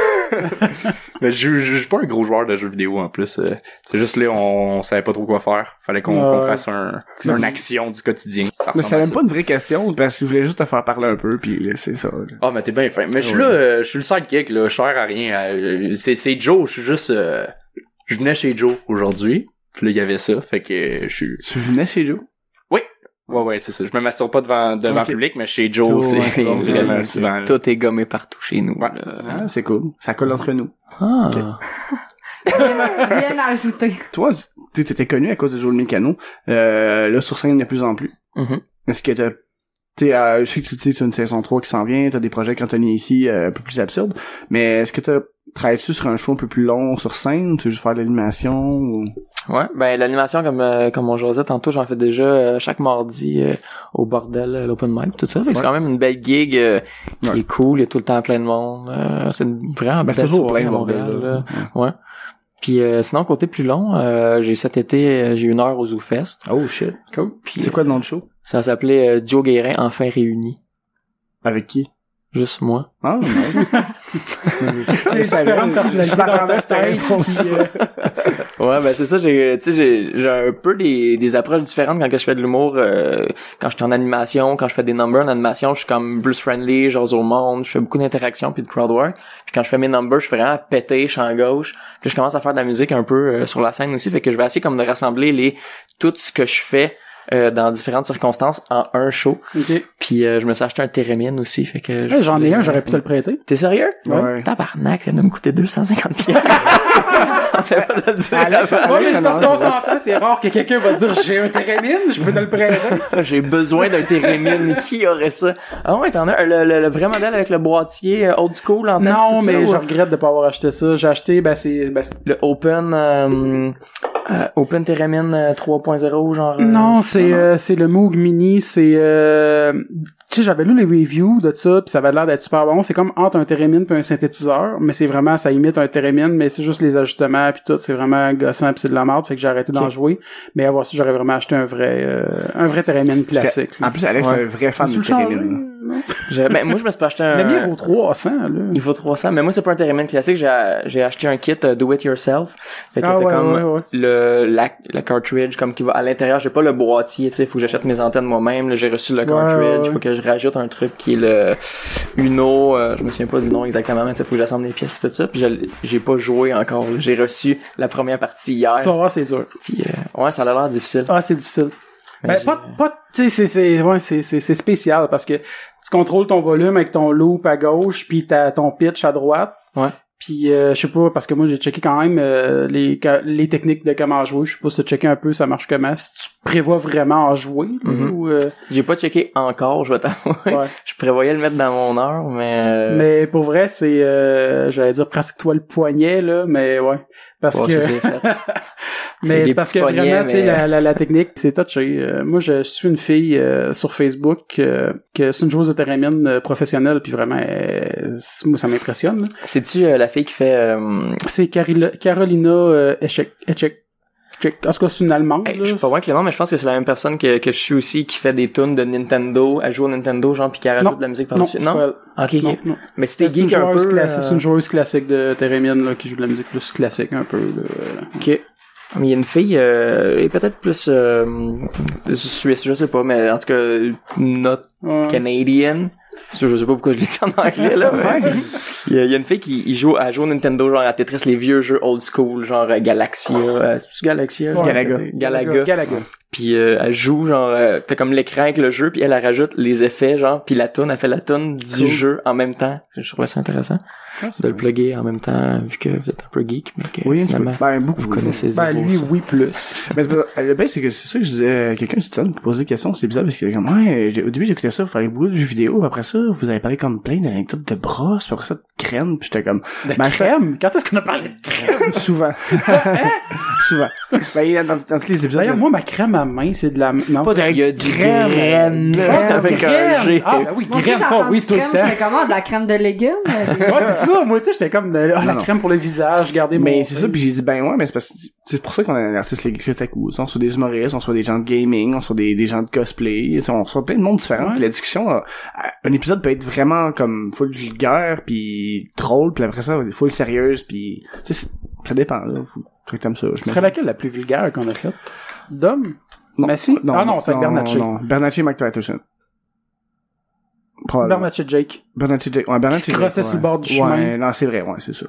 Mais je, je, je suis pas un gros joueur de jeux vidéo en plus. euh, C'est juste là, on, on savait pas trop quoi faire. Fallait qu'on Ouais. qu'on fasse un, Ouais. une action du quotidien. Ça mais ressemble à c'est même ça. pas une vraie question, parce que je voulais juste te faire parler un peu, puis là, c'est ça. là. Ah, mais t'es bien fin. Mais je suis Ouais. là, euh, je suis le side geek, là, cher à rien. euh, C'est, c'est Joe, je suis juste... euh, je venais chez Joe aujourd'hui, puis là, il y avait ça, fait que euh, je suis... Tu venais chez Joe? Ouais, ouais, c'est ça. Je me masturbe pas devant, devant Ok. public, mais chez Joe, Oh, ouais, c'est c'est bon. vraiment Ouais, souvent... là. Tout est gommé partout chez nous. Ouais. là. hein. Ah, c'est cool. Ça colle entre nous. Ah. Rien, rien à ajouter. Toi, tu t'étais connu à cause des jeux de mécano. Euh, là, sur scène, de plus en plus. Mhm. Est-ce que t'as... t'es, euh, je sais que tu dis que t'as une saison 3 qui s'en vient, t'as des projets quand ici euh, un peu plus absurdes, mais est-ce que t'as travailles-tu sur un show un peu plus long sur scène? Tu veux juste faire de l'animation? Ou... Ouais, ben l'animation comme euh, comme on jasait tantôt, j'en fais déjà euh, chaque mardi euh, au bordel euh, l'open mic tout ça. Fait que c'est Ouais. quand même une belle gig euh, qui Ouais. est cool, il y a tout le temps plein de monde. Euh, c'est une vraiment Ben, belle c'est toujours soirée plein à de bordel. Montréal, là. là. Ouais. Puis euh, sinon côté plus long, euh, j'ai cet été euh, j'ai une heure au Zoo Fest. Oh shit. Cool. Puis euh, C'est quoi le nom du show? ça s'appelait euh, Joe Guérin enfin réuni, Avec qui? juste moi. Ah, nice. Les différentes personnalités Je dans m'attendais ta à cette tête. réponse. puis, euh, Ouais, ben c'est ça, j'ai tu sais j'ai j'ai un peu des des approches différentes quand que je fais de l'humour euh, quand je suis en animation, quand je fais des numbers en animation, je suis comme plus friendly, genre au monde, je fais beaucoup d'interactions puis de crowd work. Puis quand je fais mes numbers, je fais vraiment péter, je suis en gauche. Puis je commence à faire de la musique un peu euh, sur la scène aussi, fait que je vais essayer comme de rassembler les tout ce que je fais euh, dans différentes circonstances en un show. ok. Puis euh, je me suis acheté un thérémine aussi, fait que je Ouais, J'en ai voulais- un, j'aurais pu te le prêter. T'es sérieux Ouais. Tabarnak, ça doit me coûter 250 pièces. On fait pas de le dire. Alex, Ouais, mais Alex, c'est elle parce en qu'on a- s'entend, c'est rare que quelqu'un va dire j'ai un térémine, je peux te le prêter. J'ai besoin d'un térémine. Qui aurait ça? Ah ouais, t'en as un, le, le- le vrai modèle avec le boîtier euh, old school en tête. Non, tout ça, mais ou- euh, je regrette de pas avoir acheté ça. J'ai acheté, ben c'est, ben, c'est- Le open, euh, euh, open térémine euh, 3.0, genre. euh, non, c'est, non. euh, c'est le Moog Mini, c'est, euh, tu sais, j'avais lu les reviews de ça, puis ça avait l'air d'être super bon. C'est comme entre un térémine puis un synthétiseur, mais c'est vraiment, ça imite un térémine, mais c'est juste les ajustements puis tout. C'est vraiment gossant puis c'est de la merde, fait que j'ai arrêté d'en Ok. jouer. Mais avoir su, j'aurais vraiment acheté un vrai, euh, un vrai térémine classique. là. En plus, Alex, Ouais. c'est un vrai fan Tu de le changes, là? Térémine. Je- ben, moi, je me suis pas acheté un. Le mien vaut 300, là. Il vaut 300, mais moi, c'est pas un térémine classique. J'ai, j'ai acheté un kit euh, do it yourself. Fait que Ah t'as ouais, comme ouais, ouais. le la, le cartridge comme qui va à l'intérieur j'ai pas le boîtier tu sais faut que j'achète mes antennes moi-même là, j'ai reçu le cartridge ouais, ouais. faut que je rajoute un truc qui est le Uno euh, je me souviens pas du nom exactement mais tu sais faut que j'assemble les pièces pis tout ça puis je- j'ai pas joué encore là. j'ai reçu la première partie hier Tu vas voir, c'est dur. puis euh, ouais ça a l'air difficile Ah, c'est difficile. Ben, j'ai- pas, pas, tu sais, c'est, c'est, ouais, c'est, c'est, c'est spécial parce que tu contrôles ton volume avec ton loop à gauche, puis ta, ton pitch à droite. Ouais. Puis, euh, je sais pas, parce que moi, j'ai checké quand même euh, les, ca- les techniques de comment jouer. Je sais pas si tu checker un peu, ça marche comment, si tu prévois vraiment en jouer. là, Mhm. ou, euh, j'ai pas checké encore je vais t'avouer ouais. je prévoyais le mettre dans mon heure mais, euh, Mais pour vrai, c'est, euh, j'allais dire, pratique-toi le poignet, là, mais ouais. Parce ouais, que... ça, c'est fait. Mais Des c'est parce que petits poignets, vraiment, tu sais, mais- euh, la, la, la technique, c'est touché. Euh, moi, je suis une fille euh, sur Facebook euh, que c'est une joueuse de thérémine euh, professionnelle, puis vraiment, euh, c'est- moi, ça m'impressionne. là. c'est-tu euh, la fille qui fait euh, C'est Carila- Carolina euh, Echek. Echek. Echek. En tout cas, c'est une Allemande. Hey, là. Eh, je suis pas loin que le nom, mais je pense que c'est la même personne que, que je suis aussi qui fait des tunes de Nintendo. Elle joue au Nintendo, genre, puis qui rajoute Non. de la musique non, par-dessus. c'est pas Non? Ok, elle. ok. non, non. Mais c'était C'est une, geek un joueuse peu. classi- euh, c'est une joueuse classique de thérémine là, qui joue de la musique plus classique un peu. là. Ok. Mais il y a une fille, euh, elle est peut-être plus euh, suisse, je sais pas, mais en tout cas, not Ouais. Canadian. Ça, Je sais pas pourquoi je l'ai dit en anglais, là, mais... Il y, a, il y a une fille qui il joue, elle joue au Nintendo, genre, à Tetris, les vieux jeux old school, genre, euh, Galaxia, euh, c'est-tu Galaxia? Ouais, Galaga. c'est- Galaga. Galaga. puis euh, elle joue genre euh, t'as comme l'écran avec le jeu puis elle, elle rajoute les effets genre puis la tune elle fait la tune du Cool. jeu en même temps je trouvais ça intéressant de le plugger en même temps vu que vous êtes un peu geek mais que Oui, un petit peu. finalement Ben, beaucoup. vous connaissez zéro Ben, lui, ça. oui, plus. Mais c'est pas- le pire, c'est que c'est ça que je disais à quelqu'un, c'était qui posait des questions, c'est bizarre parce qu'il était comme, ouais, j'ai- au début j'écoutais ça, vous parlez beaucoup de jeux vidéo, après ça, vous avez parlé comme plein d'anecdotes de brosses, puis après ça, de crème, puis j'étais comme, De Ben, c'était- crème? Quand est-ce qu'on a parlé de crème? souvent. souvent. Ben, il y a dans, dans tous les épisodes. D'ailleurs, moi, ma crème, elle la main, c'est de la non. Pas de Ah, il y a du graine. graine. de avec un graine. G. Ah, ben oui, Moi aussi, graine, j'ai ça, entendu oui, tout crème, le temps. j'étais comme, ah, de la crème de légumes. euh, Ouais, c'est ça. Moi, tu sais, j'étais comme, euh, ah, la Non, non. crème pour le visage, garder mon... Mais c'est ça, puis j'ai dit, ben ouais, mais c'est parce que c'est pour ça qu'on a un artiste les Kyotaku. On soit des humoristes, on soit des gens de gaming, on soit des, des gens de cosplay, on soit plein de monde différent. Ouais. Puis la discussion, euh, un épisode peut être vraiment comme full vulgaire, puis drôle, puis après ça, full sérieuse, puis tu sais, c'est- ça dépend, là. Faut- Truc comme ça. je Ce serait m'imagine. laquelle la plus vulgaire qu'on a faite? Dom? Non. Massy? ah non, c'est Bernatchez. non, non. Bernatchez et Mike Patterson. Probablement. Bernatchez Jake. Bernatchez Jake. Ouais, Bernatchez Qui se crossait Jake, sous le ouais. bord du ouais, chemin. non, c'est vrai, ouais, c'est ça.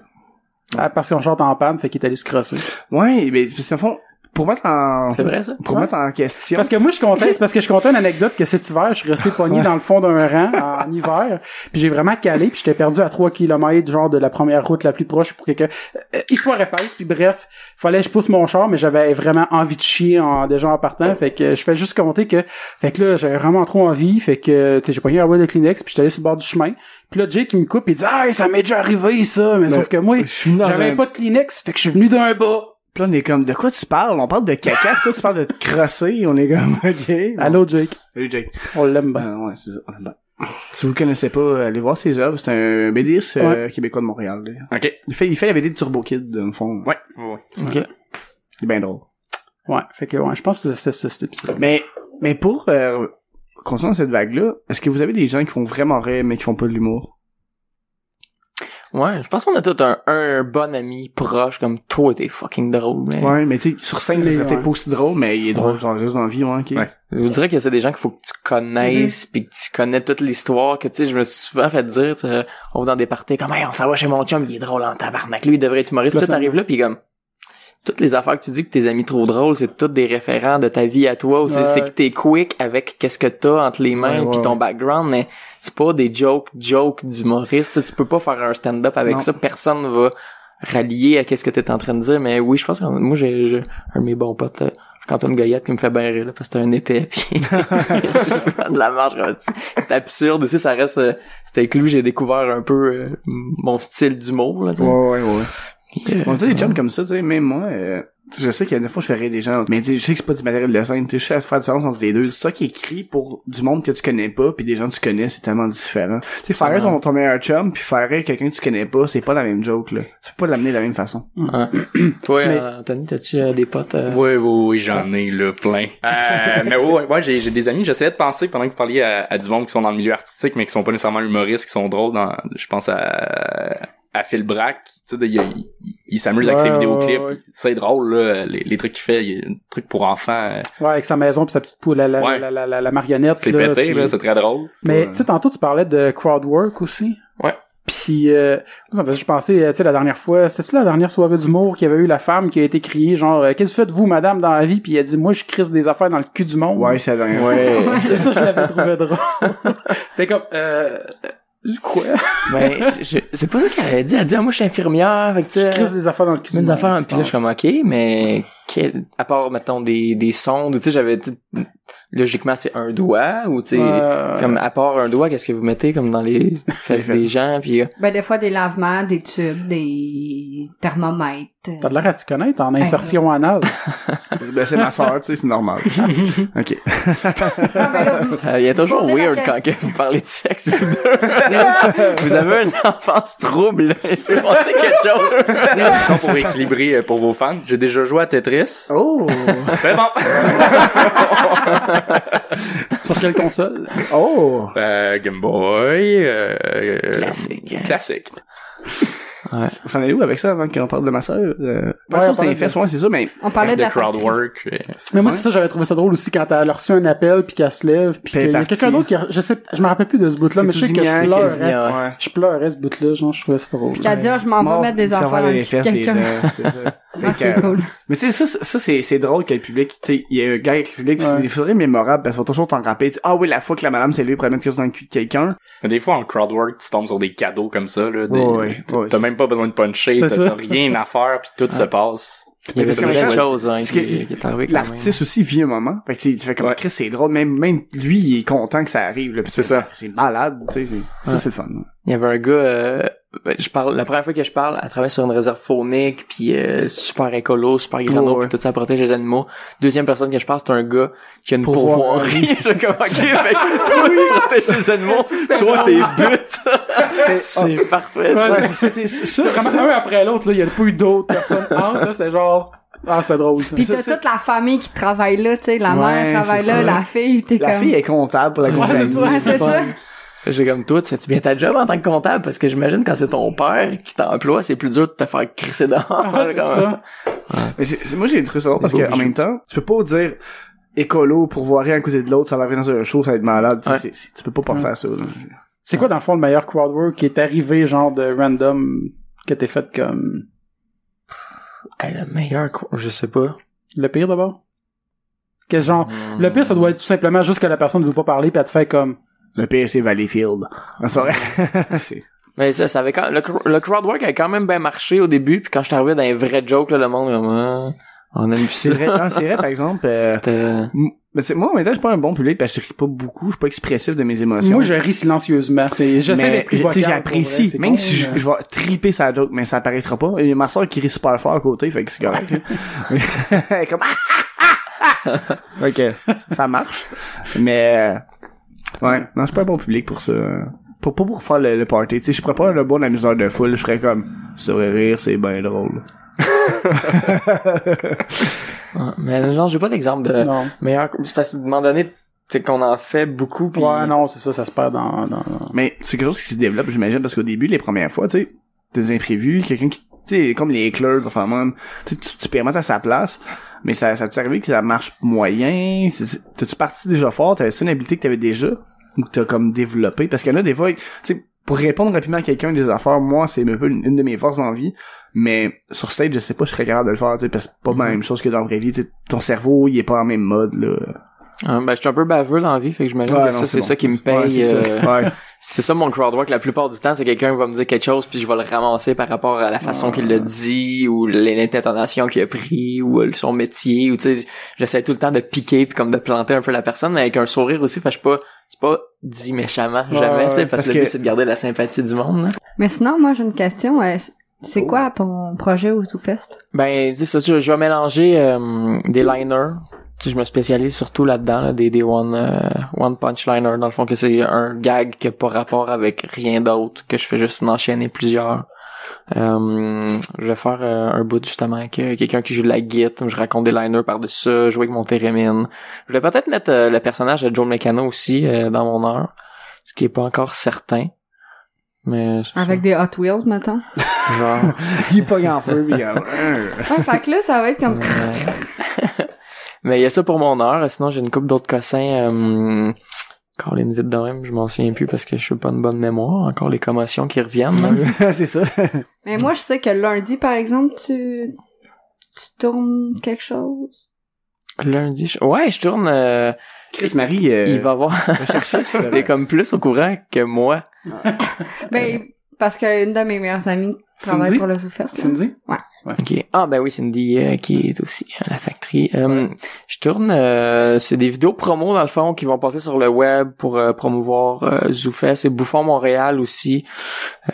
Ah, parce qu'on chante en panne, fait qu'il est allé se crosser. Ouais, mais c'est au fond, pour mettre en... C'est vrai, ça? Pour Ouais. mettre en question... Parce que moi, je comptais, c'est parce que je comptais une anecdote que cet hiver, je suis resté pogné dans le fond d'un rang en hiver, puis j'ai vraiment calé, puis j'étais perdu à 3 km, genre de la première route la plus proche pour quelqu'un. Euh, histoire épaisse, puis bref, fallait que je pousse mon char, mais j'avais vraiment envie de chier en, déjà en partant, fait que je fais juste compter que, fait que là, j'avais vraiment trop envie, fait que, tu sais, j'ai pogné la boîte de Kleenex, puis j'étais allé sur le bord du chemin, puis là, Jake, il me coupe, il dit « Ah, ça m'est déjà arrivé, ça! » Mais Mais sauf que moi, Je suis dans j'avais un... pas de Kleenex, fait que je suis venu d'un bas. Puis là, on est comme, de quoi tu parles? On parle de caca, puis toi, tu parles de te crosser. On est comme, OK. Bon. Allô, Jake. Salut, Jake. On l'aime bien. Ben, ouais, c'est ça. Ben, Si vous le connaissez pas, euh, allez voir ses œuvres. C'est un BDiste euh, québécois de Montréal. là. Ok. Il fait, il fait la BD de Turbo Kid, dans le fond. Ouais. ouais. Il est bien drôle. Ouais, fait que ouais, je pense que c'est c'est- c'est cet épisode. Mais, mais pour euh, continuer dans cette vague-là, est-ce que vous avez des gens qui font vraiment rire, mais qui font pas de l'humour? Ouais, je pense qu'on a tout un, un bon ami proche comme toi, t'es fucking drôle. mais- Ouais, mais tu sais, sur scène, Mais, c'est peut-être ouais. pas aussi drôle, mais il est drôle, Ouais. genre juste dans la vie, ouais, ok. Ouais. Je vous dirais que c'est des gens qu'il faut que tu Mhm. connaisses, puis que tu connais toute l'histoire, que tu sais, je me suis souvent fait dire, tu sais, on va dans des parties, comme, hey, on s'en va chez mon chum, il est drôle en tabarnak, lui, il devrait être humoriste, Là, puis ça- t'arrives là, puis comme, toutes les affaires que tu dis que tes amis trop drôles, c'est toutes des référents de ta vie à toi, ou c'est Ouais. c'est que t'es quick avec qu'est-ce que t'as entre les mains, Ouais, ouais, puis ton ouais. background, mais c'est pas des jokes, jokes d'humoriste, tu sais, tu peux pas faire un stand-up avec Non. ça, personne va rallier à qu'est-ce que t'es en train de dire, mais oui, je pense que moi, j'ai, j'ai un de mes bons potes, là, Antoine Goyette qui me fait bien rire là, parce que c'est un épais puis c'est souvent de la marge comme ça. c'est absurde aussi ça reste euh, c'était avec lui j'ai découvert un peu euh, mon style d'humour là tu sais. Ouais, ouais, ouais. Puis, euh, On fait des jumps comme ça, tu sais, même moi, euh, tu sais, je sais qu'il y a des fois je fais rire des gens, mais tu sais, je sais que c'est pas du matériel de scène, tu sais, je sais à se faire du sens entre les deux. C'est ça qui est écrit pour du monde que tu connais pas, puis des gens que tu connais, c'est tellement différent. Tu sais, faire rire ton, ton meilleur chum, puis faire rire quelqu'un que tu connais pas, c'est pas la même joke, là. Tu peux pas l'amener de la même façon. ouais. toi Mais- euh, Anthony t'as-tu euh, des potes euh, Oui, oui, oui, j'en ai là plein. Euh, mais ouais, ouais, j'ai, j'ai des amis. J'essayais de penser pendant que vous parliez à, à du monde qui sont dans le milieu artistique, mais qui sont pas nécessairement humoristes, qui sont drôles. Dans, je pense à à Phil Brack. Tu sais, il, il- il s'amuse avec ses Ouais, ouais, vidéoclips. ouais. C'est drôle là, les, les trucs qu'il fait. Il y a un truc pour enfants. euh, Ouais, avec sa maison puis sa petite poule, la, la, Ouais. la, la, la, la marionnette. C'est là, pété puis- là, c'est très drôle. Mais Ouais. tu sais, tantôt tu parlais de crowd work aussi. Ouais. Puis euh, ça me faisait juste penser, euh, tu sais, la dernière fois, c'était la dernière soirée d'humour qu'il y avait eu la femme qui a été criée, genre, euh, qu'est-ce que vous faites vous, madame, dans la vie? Puis elle a dit, moi, je crisse des affaires dans le cul du monde. Ouais, c'est la dernière ouais C'est ça, je l'avais trouvé drôle. T'es comme, euh, quoi? mais Ben, je- c'est pas ça qu'elle avait dit elle dit Ah, moi je suis infirmière fait que tu sais, euh, Crisse des affaires dans le cul du Mes monde. affaires, puis là, je suis pense. comme, OK, mais quel- à part, mettons, des, des sondes, ou tu sais, j'avais, tu sais, logiquement, c'est un doigt, ou tu sais, Ouais. comme, à part un doigt, qu'est-ce que vous mettez, comme, dans les fesses Les des gens, puis euh, ben, des fois, des lavements, des tubes, des thermomètres. T'as de l'air à t'y connaître en insertion anale. fois. ben, c'est ma soeur, tu sais, c'est normal. ok. Ah, ben là, vous- Euh, il y a toujours Posez la weird quand que vous parlez de sexe, vous deux. vous avez une enfance trouble, c'est passé quelque chose. Sinon, pour équilibrer euh, pour vos fans, j'ai déjà joué à Tetris. Oh! C'est bon. Sur quelle console? Oh! Euh, Game Boy. euh, euh, Classique. Classique. Ça en est où avec ça avant qu'on parle de ma soeur? Euh, Ouais, ouais, on c'est parlait les fesses, ouais, c'est ça, mais on parlait de, de la crowd factory. work. euh, Mais moi, Ouais. c'est ça, j'avais trouvé ça drôle aussi quand elle a reçu un appel puis qu'elle se lève puis Puis elle qu'il y a est quelqu'un partie. d'autre qui a... je sais je me rappelle plus de ce bout là mais je C'est hein. sais que je Tousignan qui dit, pleurais. ah, ouais. ouais. Je pleurais ce bout là, genre je trouvais ça drôle. Puis qu'elle dit, Ah, je m'en vais mettre des Ça affaires va dans aller le les cul de fesses des gens, quelqu'un. c'est ça. Ah, C'est c'est que- cool. Mais tu sais, ça, ça c'est, c'est drôle que le public, tu sais, il y a un gars avec le public, puis Ouais. c'est des soirées mémorables, parce qu'ils vont toujours t'en rappeler, tu sais, ah oui, la fois que la madame s'est levée pour aller mettre quelque chose dans le cul de quelqu'un. Mais des fois, en crowdwork, tu tombes sur des cadeaux comme ça, là. Des... Ouais, ouais, ouais. T'as même pas besoin de puncher, C'est t'as ça. Ah. t'as rien à faire, puis tout se passe. Il y avait Parce qu'en quelque fait, chose, hein, parce qui, que qui est arrivé quand même. L'artiste aussi vit un moment. Fait que tu sais, tu fais comme, Ouais. Chris, c'est drôle, même, même lui, il est content que ça arrive, là. Puis C'est ça. C'est malade, tu sais, c'est- ça, Ouais. c'est le fun. là. Il y avait un gars euh, ben, je parle la première fois que je parle, elle travaille sur une réserve faunique, puis euh, super écolo, super grano, Ouais, ouais. puis tout ça elle protège les animaux. Deuxième personne que je parle, c'est un gars qui a une pourvoirie. je suis comme, ok, fait que toi tu protèges les animaux, toi t'es but. c'est parfait. tu sais. oh. Ouais, c'est- c'est- c'est- c'est vraiment un après l'autre, là. Il y a pas eu d'autres personnes entre, là. C'est genre, ah, c'est drôle. ça. Pis Ça, t'as c'est- toute la famille qui travaille là, tu sais, la Ouais, mère travaille c'est là, ça. la fille, t'es La comme... fille est comptable pour la Ouais, compagnie. c'est Ouais, c'est ça. J'ai comme toi, tu fais-tu bien ta job en tant que comptable? Parce que j'imagine quand c'est ton père qui t'emploie, c'est plus dur de te faire crisser dehors. Ah, c'est Comme- ça. Mais c'est, c'est- moi, j'ai des trucs ça parce beaux qu'en bijoux. même temps, tu peux pas dire écolo pour voir un côté de l'autre, ça va arriver dans un show, ça va être malade. tu sais, Ouais. c'est- c'est- tu peux pas pas Ouais. faire ça. là. C'est quoi, dans le fond, le meilleur crowd work qui est arrivé, genre, de random, que t'es fait comme, Hey, le meilleur, quoi, je sais pas. Hmm. le pire d'abord? Quel genre, le pire, ça doit être tout simplement juste que la personne ne veut pas parler, puis elle te fait comme, Le pire, c'est Valleyfield. En soirée. C'est- Mais ça, ça avait quand... le, cr- le crowdwork avait quand même bien marché au début, puis quand je suis arrivé dans les vrais jokes, là, le monde, vraiment, on aime c'est ça. vrai, non, c'est vrai, par exemple. euh, C'était- m- mais c'est, moi, en même temps, je suis pas un bon public parce que je ris pas beaucoup, je suis pas expressif de mes émotions. moi, je ris silencieusement. C'est, j'essaie Mais, d'être plus tu sais, vocal, pour vrai, j'apprécie. c'est Même con, si je, mais- je vais triper sa joke, mais ça apparaîtra pas. Et ma soeur qui rit super fort à côté, fait que c'est correct. Elle est comme Ok, ça marche. Mais euh, ouais, non, je suis pas un bon public pour ça. Pour pas pour faire le, le party. Tu sais, je pourrais pas être un bon amuseur de foule. Je serais comme sourire, c'est bien drôle. Ouais, Mais genre, j'ai pas d'exemple de Non. meilleur. C'est parce que, à un moment donné, c'est qu'on en fait beaucoup, puis. euh, Ouais, non, c'est ça, ça se perd dans, dans, dans- Mais c'est quelque chose qui se développe, j'imagine, parce qu'au début, les premières fois, tu sais, des imprévus, quelqu'un qui, tu sais, comme les éclairs, enfin, même, tu sais, tu- tu peux remettre à sa place, mais ça, ça t'est arrivé que ça marche moyen, C'est- c'est- t'as-tu parti déjà fort, t'avais-tu une habilité que t'avais déjà, ou que t'as comme développé, parce que là, des fois, tu sais, pour répondre rapidement à quelqu'un des affaires, moi, c'est un peu une, une de mes forces dans la vie, mais sur stage, je sais pas, je serais capable de le faire, tu sais, parce que c'est pas la même chose que dans la vraie vie, tu sais, ton cerveau, il est pas en même mode, là. Ah, ben, je suis un peu baveux dans la vie, fait que j'imagine Ouais, que ça, non, c'est c'est bon. ça qui me paye. Ouais, c'est ça. euh, Ouais. C'est ça mon crowdwork la plupart du temps, c'est quelqu'un qui va me dire quelque chose puis je vais le ramasser par rapport à la façon qu'il le dit ou l'intonation qu'il a pris ou euh, son métier ou tu sais j'essaie tout le temps de piquer puis comme de planter un peu la personne mais avec un sourire aussi fait que je suis pas c'est pas dit méchamment jamais ouais, tu sais parce, parce que le que- but c'est de garder la sympathie du monde. là. Mais sinon, moi, j'ai une question. euh, c'est- C'est quoi ton projet au Zoufest? Ben c'est ça tu- je vais mélanger euh, des liners tu sais, je me spécialise surtout là-dedans, là, des, des one, euh, one punch liner, dans le fond, que c'est un gag qui a pas rapport avec rien d'autre, que je fais juste en enchaîner plusieurs. Euh, je vais faire euh, un bout justement avec euh, quelqu'un qui joue de la guitare, je raconte des liners par-dessus ça, jouer avec mon thérémine. Je vais peut-être mettre euh, le personnage de Joe Mécano aussi euh, dans mon heure, ce qui est pas encore certain. Mais c'est ça. Avec des Hot Wheels, mettons? genre Il est pas en feu, mais il est comme, Ouais, fait que là, ça va être comme... Ouais. Mais il y a ça pour mon heure. Sinon, j'ai une coupe d'autres cossins. Euh, encore les vite de même, je m'en souviens plus parce que je suis pas une bonne mémoire. Encore les commotions qui reviennent. c'est ça. Mais moi, je sais que lundi, par exemple, tu... Tu tournes quelque chose? Lundi, je- ouais, je tourne. euh, Chris Marie, euh, Il va voir. recherchiste. là. T'es comme plus au courant que moi. Ben, parce qu'une de mes meilleures amies travaille Cindy? pour le Zoufest. là. Cindy? Ok. Ah ben oui, Cindy euh, qui est aussi à la factory. Euh, Je tourne. euh, c'est des vidéos promo dans le fond qui vont passer sur le web pour euh, promouvoir euh, Zoufest et Bouffon Montréal aussi,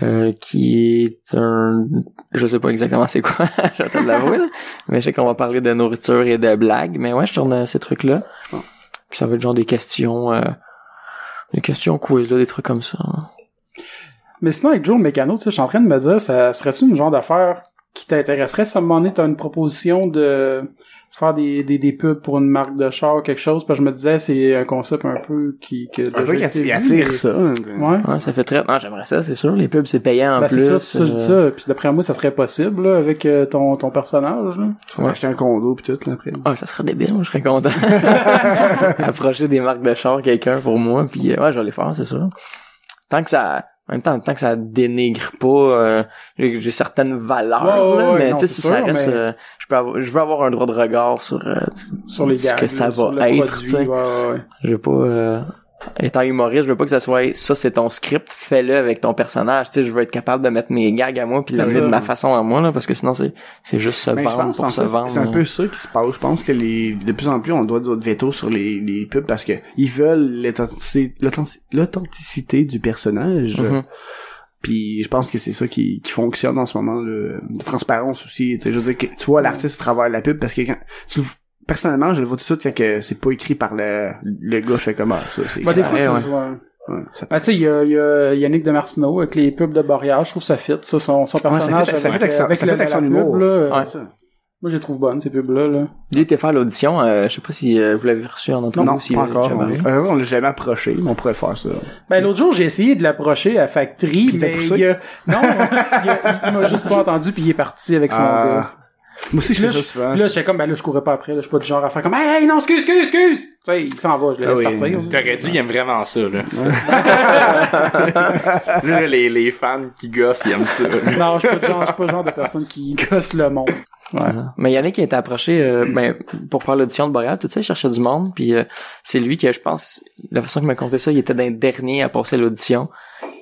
euh, qui est un. Je sais pas exactement c'est quoi. J'attends de l'avouer. là. mais je sais qu'on va parler de nourriture et de blagues. Mais ouais, je tourne euh, ces trucs là. Puis ça va être genre des questions. euh, des questions quiz là, des trucs comme ça. hein. Mais sinon, avec Joe le Mécano, tu sais, je suis en train de me dire, ça serait-tu une genre d'affaire qui t'intéresserait si à un moment donné, t'as une proposition de faire des, des, des pubs pour une marque de char, quelque chose, parce que je me disais, c'est un concept un peu qui, qui a Un déjà peu été qu'il attire, il vu, attire mais- ça. Ouais. Ouais, ça fait très. Non, j'aimerais ça, c'est sûr. Les pubs, c'est payant en Ben, plus. c'est ça, c'est ça, je dis euh, ça. Puis d'après moi, ça serait possible, là, avec euh, ton, ton personnage, là. Ouais. Acheter un condo pis tout, là, après. Ah, ça serait débile, moi, je serais content. Approcher des marques de char quelqu'un pour moi, puis euh, ouais, je vais les faire, c'est sûr. Tant que ça, en même temps, tant que ça dénigre pas, euh, j'ai j'ai certaines valeurs, Ouais, ouais, là, ouais, mais non, tu sais, si c'est sûr, ça reste, mais- euh, je peux avoir, je veux avoir un droit de regard sur, euh, tu- Sur les Ce gars. que ça sur va le être, produit, tu sais. ouais, ouais, ouais. je veux pas, euh, étant humoriste, je veux pas que ça soit, ça c'est ton script, fais-le avec ton personnage, tu sais, je veux être capable de mettre mes gags à moi, puis C'est l'amener de ça. ma façon à moi, là, parce que sinon c'est, c'est juste se Mais je vendre pense, en pour se fait, vendre. hein. c'est un peu ça qui se passe. Je pense que les, de plus en plus, on doit d'autres veto sur les, les pubs parce que ils veulent l'authenticité, l'authentici- l'authenticité du personnage. Mhm. Puis je pense que c'est ça qui, qui fonctionne en ce moment, le, de transparence aussi. Tu sais, je veux dire, que tu vois l'artiste à travers la pub parce que quand, tu le- personnellement, je le vois tout de suite quand que c'est pas écrit par le, le gars, je fais comme, ah, ça, c'est Bah, des fois, ouais, ça ouais. se voit. Ouais, ça- Ben, tu sais, il y a, il y a Yannick de Martineau avec les pubs de Barrière, je trouve ça fit, ça, son, son ça personnage. fit- ça avec, fit avec son- avec ça le- fit avec la son pub, humour. là, euh, Ouais. ça. Moi, je les trouve bonnes, ces pubs-là, là. Lui était faire l'audition, euh, je sais pas si euh, vous l'avez reçu en entrevue Non, ou si pas vous l'avez encore. jamais On, vu. euh, on l'a jamais approché, mais on pourrait faire ça. Ben, l'autre jour, j'ai essayé de l'approcher à Factory, Puis t'as mais poussé? il a- non, il, a- il m'a juste pas entendu, puis il est parti avec son Ah. gars. Moi aussi, je Là, fais ça souvent. Puis là, j'étais comme, ben là, je courais pas après, là, je suis pas du genre à faire comme, hey, hey, non, excuse, excuse, excuse! Tu sais, il s'en va, je le Ah laisse oui. partir. là. T'aurais dû, il aime vraiment ça, là. Là, les, les fans qui gossent, ils aiment ça. là. Non, je suis pas du genre, je suis pas le genre de personne qui gosse le monde. Voilà. Mais Yannick a été approché euh, ben, pour faire l'audition de Boréal, tout ça, il cherchait du monde, puis euh, c'est lui qui, je pense, la façon qu'il m'a conté ça, il était d'un dernier à passer l'audition,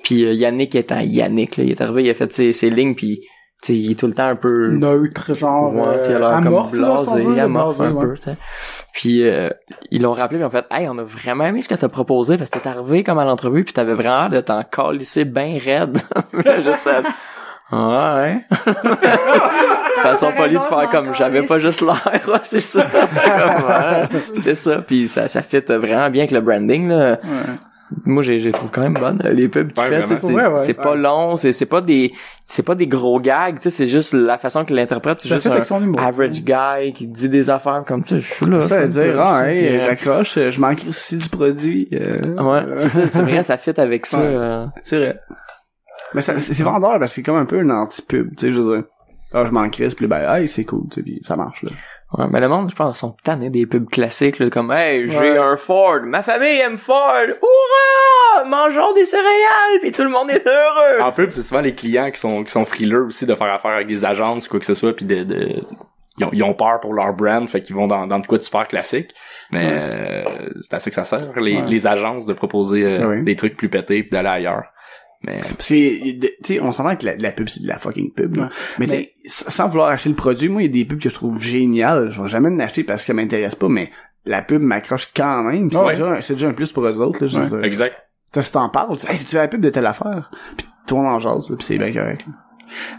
puis euh, Yannick étant Yannick, là, il est arrivé, il a fait ses, ses lignes, puis tu sais, il est tout le temps un peu... Mm. Neutre, genre, Ouais, euh, tu sais, il a l'air amorphe, comme là, si on blasé, veut, là, amorphe blasé, un ouais. peu, tu sais. Puis euh, ils l'ont rappelé, puis en fait, hey, on a vraiment aimé ce que t'as proposé, parce que t'es arrivé comme à l'entrevue, puis t'avais vraiment l'air de t'en calisser bien raide. Juste fait, ouais. Façon T'as polie de raison, faire je comme m'en j'avais pas juste calisse. l'air, ouais, c'est ça. Comme, ouais, C'était ça, puis ça, ça fit vraiment bien avec le branding, là. Moi, j'ai, j'ai trouve quand même bonne euh, les pubs qu'il Ouais, fait. tu sais, C'est, vraiment. Ouais, ouais. c'est pas long, c'est, c'est pas des, c'est pas des gros gags, tu sais, c'est juste la façon qu'il l'interprète, c'est Ça juste fait un avec son humour. average guy qui dit des affaires comme ça, je suis là. ça veut je suis dire, là, ah, je hein, suis là. euh, j'accroche, euh, je manque aussi du produit. euh, Ah Ouais, c'est ça, c'est vrai, ça fit avec ça. Ouais. euh. C'est vrai. Mais ça- c'est c'est vendeur parce que c'est comme un peu un anti-pub, tu sais, je veux dire. Ah, je m'en crisse, puis ben, hey, c'est cool, tu sais, puis ça marche, là. Ouais, mais le monde, je pense, sont tannés des pubs classiques, là, comme, hey, j'ai Ouais. un Ford, ma famille aime Ford, hurrah! Mangeons des céréales, puis tout le monde est heureux! En pub, c'est souvent les clients qui sont, qui sont frileux aussi de faire affaire avec des agences, quoi que ce soit, puis de, de- ils, ont, ils ont peur pour leur brand, fait qu'ils vont dans, dans de quoi de super classique. Mais euh, c'est à ça que ça sert, les, Ouais. les agences, de proposer euh, Ouais. des trucs plus pétés puis d'aller ailleurs. Mais Parce que, il- de- tu sais, on s'entend que la, la pub, c'est de la fucking pub, là. Ouais. Mais, tu sais, s- sans vouloir acheter le produit, moi, il y a des pubs que je trouve géniales, je vais jamais en acheter parce qu'elles m'intéressent pas, mais la pub m'accroche quand même, puis c'est Ouais. déjà, un- c'est déjà un plus pour eux autres, là, je veux dire. exact. Tu sais, si t'en parles, tu dis, hey, tu as la pub de telle affaire, puis toi, on en jase, là, puis c'est bien correct. là.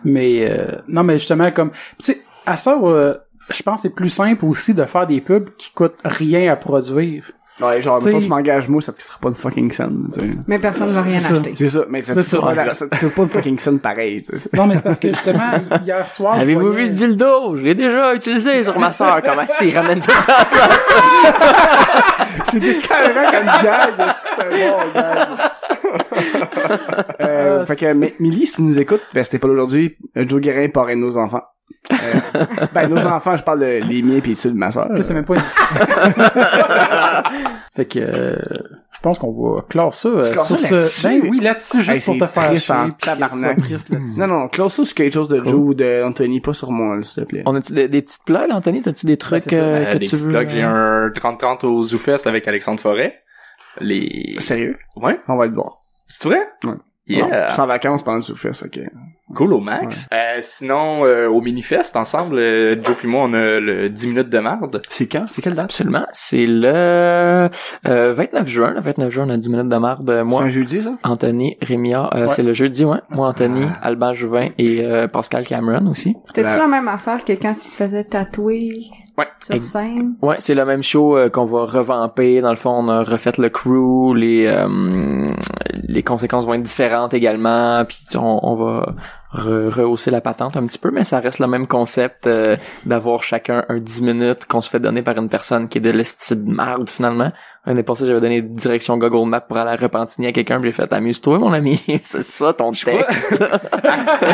Mais euh, non, mais justement, comme tu sais, à ça, euh, je pense que c'est plus simple aussi de faire des pubs qui coûtent rien à produire. Ouais, genre, Tu sais- mettons, tu m'engages, moi, ça te coûtera pas de fucking scène, tu sais. Mais personne va rien C'est ça. acheter. C'est ça, mais ça C'est te ça. coûtera pas la- ça te coûtera pas de fucking scène pareil, tu sais. Non, mais c'est parce que justement, hier soir, je Avez-vous voyais- vu ce dildo? Je l'ai déjà utilisé sur ma soeur, comme si il ramène tout le temps ça. C'est des carrément comme gag, c'est un bon gag. euh, fait que, M- Millie, si tu nous écoutes, ben, c'était pas là aujourd'hui, euh, Joe Guérin parraine nos enfants. Euh, ben, nos enfants, je parle de les miens pis ceux de ma sœur. Ça, c'est même pas une discussion. fait que euh, je pense qu'on va clore ça euh, clore sur ça ce. là-dessus? Ben oui, là-dessus, juste Hey, pour c'est te faire triste chier, en puis que tu sois tabarnak. triste là-dessus. Non, non, close ça sur quelque chose de Joe ou de Anthony, pas sur moi, s'il te plaît. On a-tu des, des petites plugs, Anthony? T'as-tu des trucs c'est ça. euh, Euh, que des tu petits veux? blogs, j'ai euh, un 30-30 au ZooFest avec Alexandre Forêt. Les... Sérieux? Ouais. On va le voir. C'est vrai? Ouais. Non, je Yeah. suis en vacances pendant le souffle, ok. Cool au max. Euh, sinon, euh, au Minifest, ensemble, euh, Joe puis moi, on a le 10 minutes de marde. C'est quand? C'est quelle date? Absolument. C'est le euh, 29 juin. Le 29 juin, on a 10 minutes de marde. C'est Moi, un jeudi, ça? Anthony Rémia, euh, Ouais. c'est le jeudi, ouais. Moi, Anthony, Ah. Alban Jouvin et euh, Pascal Cameron aussi. C'était-tu La- la même affaire que quand tu te faisais tatouer Ouais. sur scène? Ouais, c'est le même show euh, qu'on va revamper. Dans le fond, on a refait le crew, les euh, les conséquences vont être différentes également. Puis tu sais, on, on va re- rehausser la patente un petit peu, mais ça reste le même concept euh, d'avoir chacun un 10 minutes qu'on se fait donner par une personne qui est de l'esti de marde finalement. L'année passée, j'avais donné direction Google Maps pour aller à Repentigny à quelqu'un, puis j'ai fait amuse-toi mon ami, c'est ça ton texte.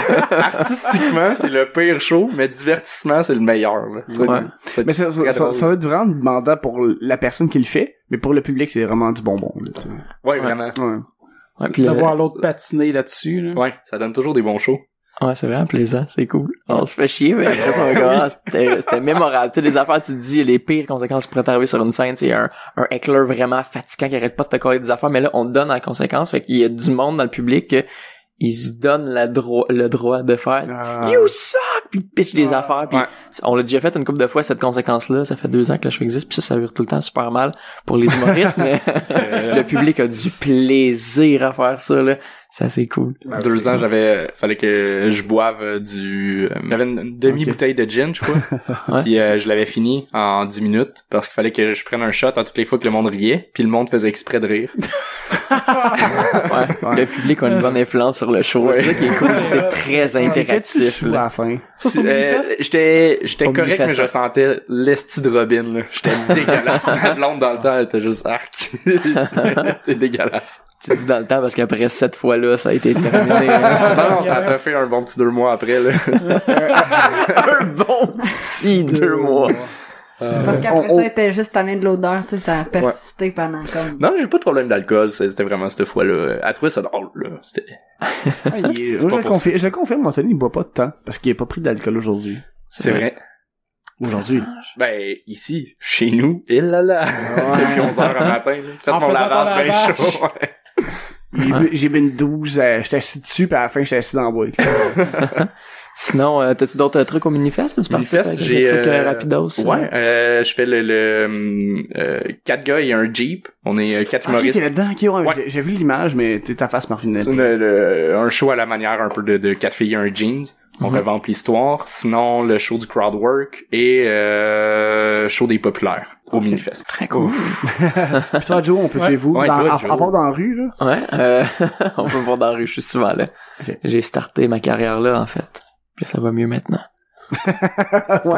Artistiquement, c'est le pire show, mais divertissement, c'est le meilleur. là. Ouais. C'est- Mais ça, ça, très ça- drôle. ça va être vraiment demandant pour la personne qui le fait, mais pour le public, c'est vraiment du bonbon, là, tu sais. Ouais, vraiment. Ouais. Ouais, puis De le- voir l'autre patiner là-dessus. Là. Ouais, ça donne toujours des bons shows. Ouais, c'est vraiment plaisant, c'est cool. On se fait chier, mais après, on commence. C'était c'était mémorable. Tu sais, les affaires, tu te dis, les pires conséquences qui pourraient t'arriver sur une scène, c'est un, un heckler vraiment fatigant qui arrête pas de te coller des affaires, mais là, on te donne en conséquence. Fait qu'il y a du monde dans le public qui se donne la dro- le droit de faire Ah. You suck! puis tu pitches des affaires, puis Ouais. on l'a déjà fait une couple de fois cette conséquence-là. Ça fait deux ans que le show existe, puis ça, ça vire tout le temps super mal pour les humoristes, mais Euh, le public a du plaisir à faire ça là. Ça c'est cool. deux ans, j'avais, euh, fallait que je boive euh, du, euh, j'avais une, une demi Ok. bouteille de gin, je crois. Ouais. Puis euh, je l'avais fini en 10 minutes parce qu'il fallait que je prenne un shot à toutes les fois que le monde riait, puis le monde faisait exprès de rire. Ouais. Le public a une bonne influence sur le show. C'est ça qui est cool. C'est très T'étais-tu interactif. sous à là. la fin? Ça, Si- c'est euh, Omnifest? J'étais, j'étais Omnifest, correct, mais ça. je sentais l'esti de Robin, là. J'étais dégueulasse. Ma blonde dans le temps, elle était juste ah, arc. T'es dégueulasse. Tu dis dans le temps parce qu'après cette fois-là, ça a été terminé. hein. Non, non, ça a fait un bon petit deux mois après, là. un bon petit deux mois. Ah. Euh, Parce qu'après on- ça, était juste tanné de l'odeur, tu sais, ça a persisté pendant comme. Non, j'ai pas de problème d'alcool. c'est- C'était vraiment cette fois-là. Elle trouvait ça drôle, là. C'était... Ah, il est- pas je, le pour confirme, je le confirme, Anthony, il boit pas de temps parce qu'il a pas pris d'alcool aujourd'hui. C'est vrai. Aujourd'hui. Ah. Ben, ici, chez nous, et là là. Depuis 11 heures le matin, là. Faites En mon faisant ton lavage bien lavage. chaud. J'ai bu- J'ai bu une 12, euh, j'étais assis dessus, puis à la fin, j'étais assis dans la boîte. Sinon, euh, t'as-tu d'autres euh, trucs au Minifest? T'as-tu participé Minifest, avec j'ai, des trucs euh, euh, rapidos? Ouais, euh, je fais le, le, hum, euh, quatre gars et un Jeep. On est euh, quatre Ah, Ok, humoristes. t'es là-dedans, ok, ouais, Ouais. j'ai- j'ai vu l'image, mais t'es ta face, Marvinelle. Une- euh, le- un show à la manière un peu de, de quatre filles et un jeans. On Mm-hmm. Mhm. revampe l'histoire. Sinon, le show du crowd work et euh, show des populaires au Minifest. Très cool. Puis toi, Joe, on peut Ouais. suivre vous, Ouais, dans- toi, à, Joe. à part dans la rue, là. Ouais, euh, on peut me voir dans la rue, je suis souvent là. J'ai starté ma carrière là, en fait. Puis ça va mieux maintenant. Ouais,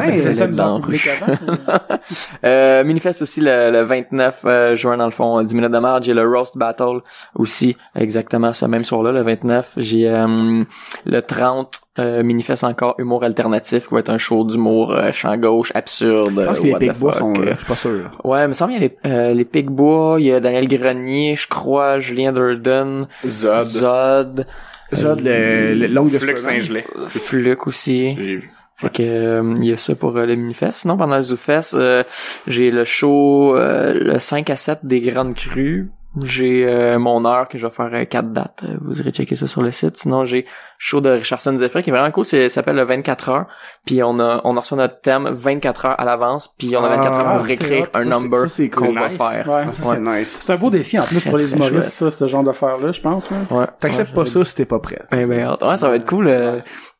j'allais c'est ça, dans misant la public rue. avant. Euh, Minifest aussi le, le 29 euh, juin dans le fond, 10 minutes de marge, j'ai le Roast Battle aussi, exactement ce même soir-là, le 29. J'ai euh, le 30 euh, Minifest encore Humour Alternatif, qui va être un show d'humour euh, champ gauche, absurde. Je pense euh, que les what big the bois fuck, sont euh, là, je suis pas sûr. Ouais, il me semble qu'il y a les, euh, les Pigbois, il y a Daniel Grenier, je crois, Julien Durden, Zod. Mm. Zod, Zod, le, Euh, le l'ongle de Flux Superman. Saint-Gelais. Fluc aussi. J'ai vu. Fait que euh, il y a ça pour euh, le Minifest. Sinon, pendant le ZooFest, euh, j'ai le show euh, le 5 à 7 des Grandes Crues. J'ai euh, mon heure que je vais faire euh, quatre dates. Euh, Vous irez checker ça sur le site. Sinon, j'ai le show de Richardson Zephyr qui est vraiment cool. C'est- Ça s'appelle le 24 heures. Puis on a on a reçu notre thème 24 heures à l'avance. Puis on a 24 heures Ah, pour c'est réécrire hot. un Ça, number c'est- ça, c'est qu'on cool. va Nice. faire. Ouais. Ah, ça, c'est nice. C'est un beau défi en plus pour les Très humoristes, ça, ce genre d'affaire-là, je pense. hein. Ouais. T'acceptes Ouais, pas ça si t'es pas prêt. Ben, ben, hâte. ouais, ça va être cool. euh.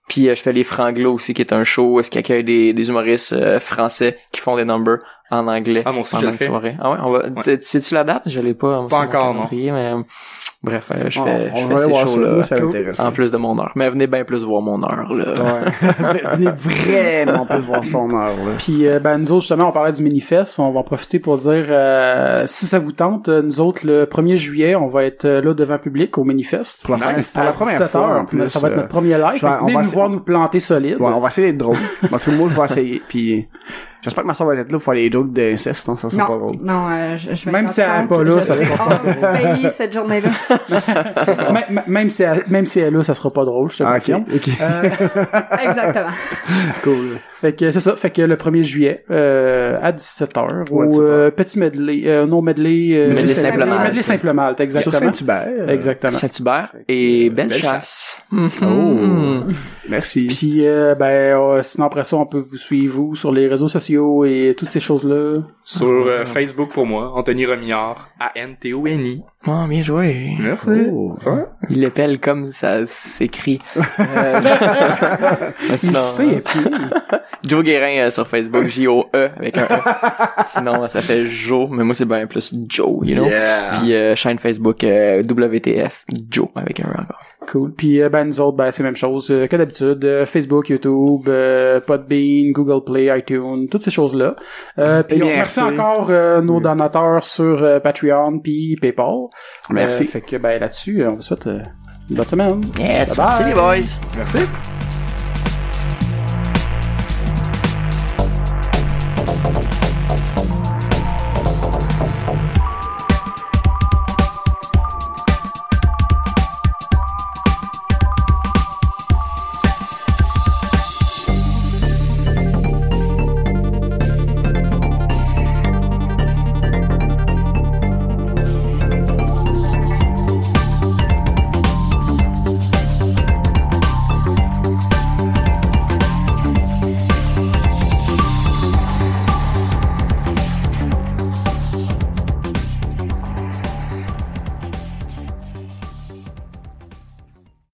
Puis euh, je fais les Franglo aussi, qui est un show où est-ce qu'il accueille des, des humoristes euh, français qui font des numbers en anglais Ah, mon aussi, je pendant le une fais. soirée. Ah ouais, on va. Ouais. tu- Tu sais-tu la date? Je l'ai pas. moi, Pas sur mon encore, non. calendrier, Mais... euh, Bref, euh, je On- fais, on je va fais aller ces voir ça, shows-là nous, ça m'intéresse. en plus de mon heure. Mais venez bien plus voir mon heure, là. Ah, Ouais. Venez vraiment plus voir son heure, là. Puis euh, ben, nous autres, justement, on parlait du manifeste. On va en profiter pour dire, euh, si ça vous tente, euh, nous autres, le 1er juillet, on va être euh, là devant public au manifeste. Pour la première- pour la première fois, en plus, ça va être euh, notre premier live. je vais- Fait que on Venez va nous essayer- voir nous planter solide. Ouais, on va essayer d'être drôle. Parce que moi, je vais essayer. Puis, j'espère que ma soeur va être là pour faire les jokes d'inceste, non? Ça, c'est non, pas drôle. non, euh, je, je vais Même être si elle est absente, pas là, je ça serai sera hors du pays cette journée-là. M- m- même, si elle, même si elle est là, ça sera pas drôle, je te Ah, ok, confirme. ok, Euh, Exactement. cool. Fait que c'est ça, fait que le 1er juillet euh, à 17h Ouais, au 17 heures. euh, petit medley euh, non medley euh, Medley Simple Malte. Medley Simple Malte, Sur exactement. Saint-Hubert. Exactement. Saint-Hubert et belle, belle chasse. Oh. Mhm. Merci. Puis euh, ben euh, sinon après ça on peut vous suivre vous sur les réseaux sociaux et toutes ces choses là. Sur euh, Facebook pour moi, Anthony Remillard, A-N-T-O-N-I. Oh, bien joué. Merci. Oh. Il l'appelle comme ça s'écrit. Euh, je- Il Sinon, sait et puis Joe Guérin euh, sur Facebook, J-O-E avec un E. Sinon, euh, ça fait Jo, mais moi c'est bien plus Joe, you know. Yeah. Puis euh, chaîne Facebook euh, WTF Joe avec un E encore. cool. Puis euh, ben nous autres ben c'est la même chose euh, que d'habitude Euh, Facebook, YouTube, euh, Podbean, Google Play, iTunes, toutes ces choses là. Euh, puis Eh on bien, remercie merci. encore euh, nos donateurs sur euh, Patreon puis PayPal. Merci. Euh, fait que ben là-dessus euh, on vous souhaite euh, une bonne semaine. Yes, Bye bye. merci les boys. Merci.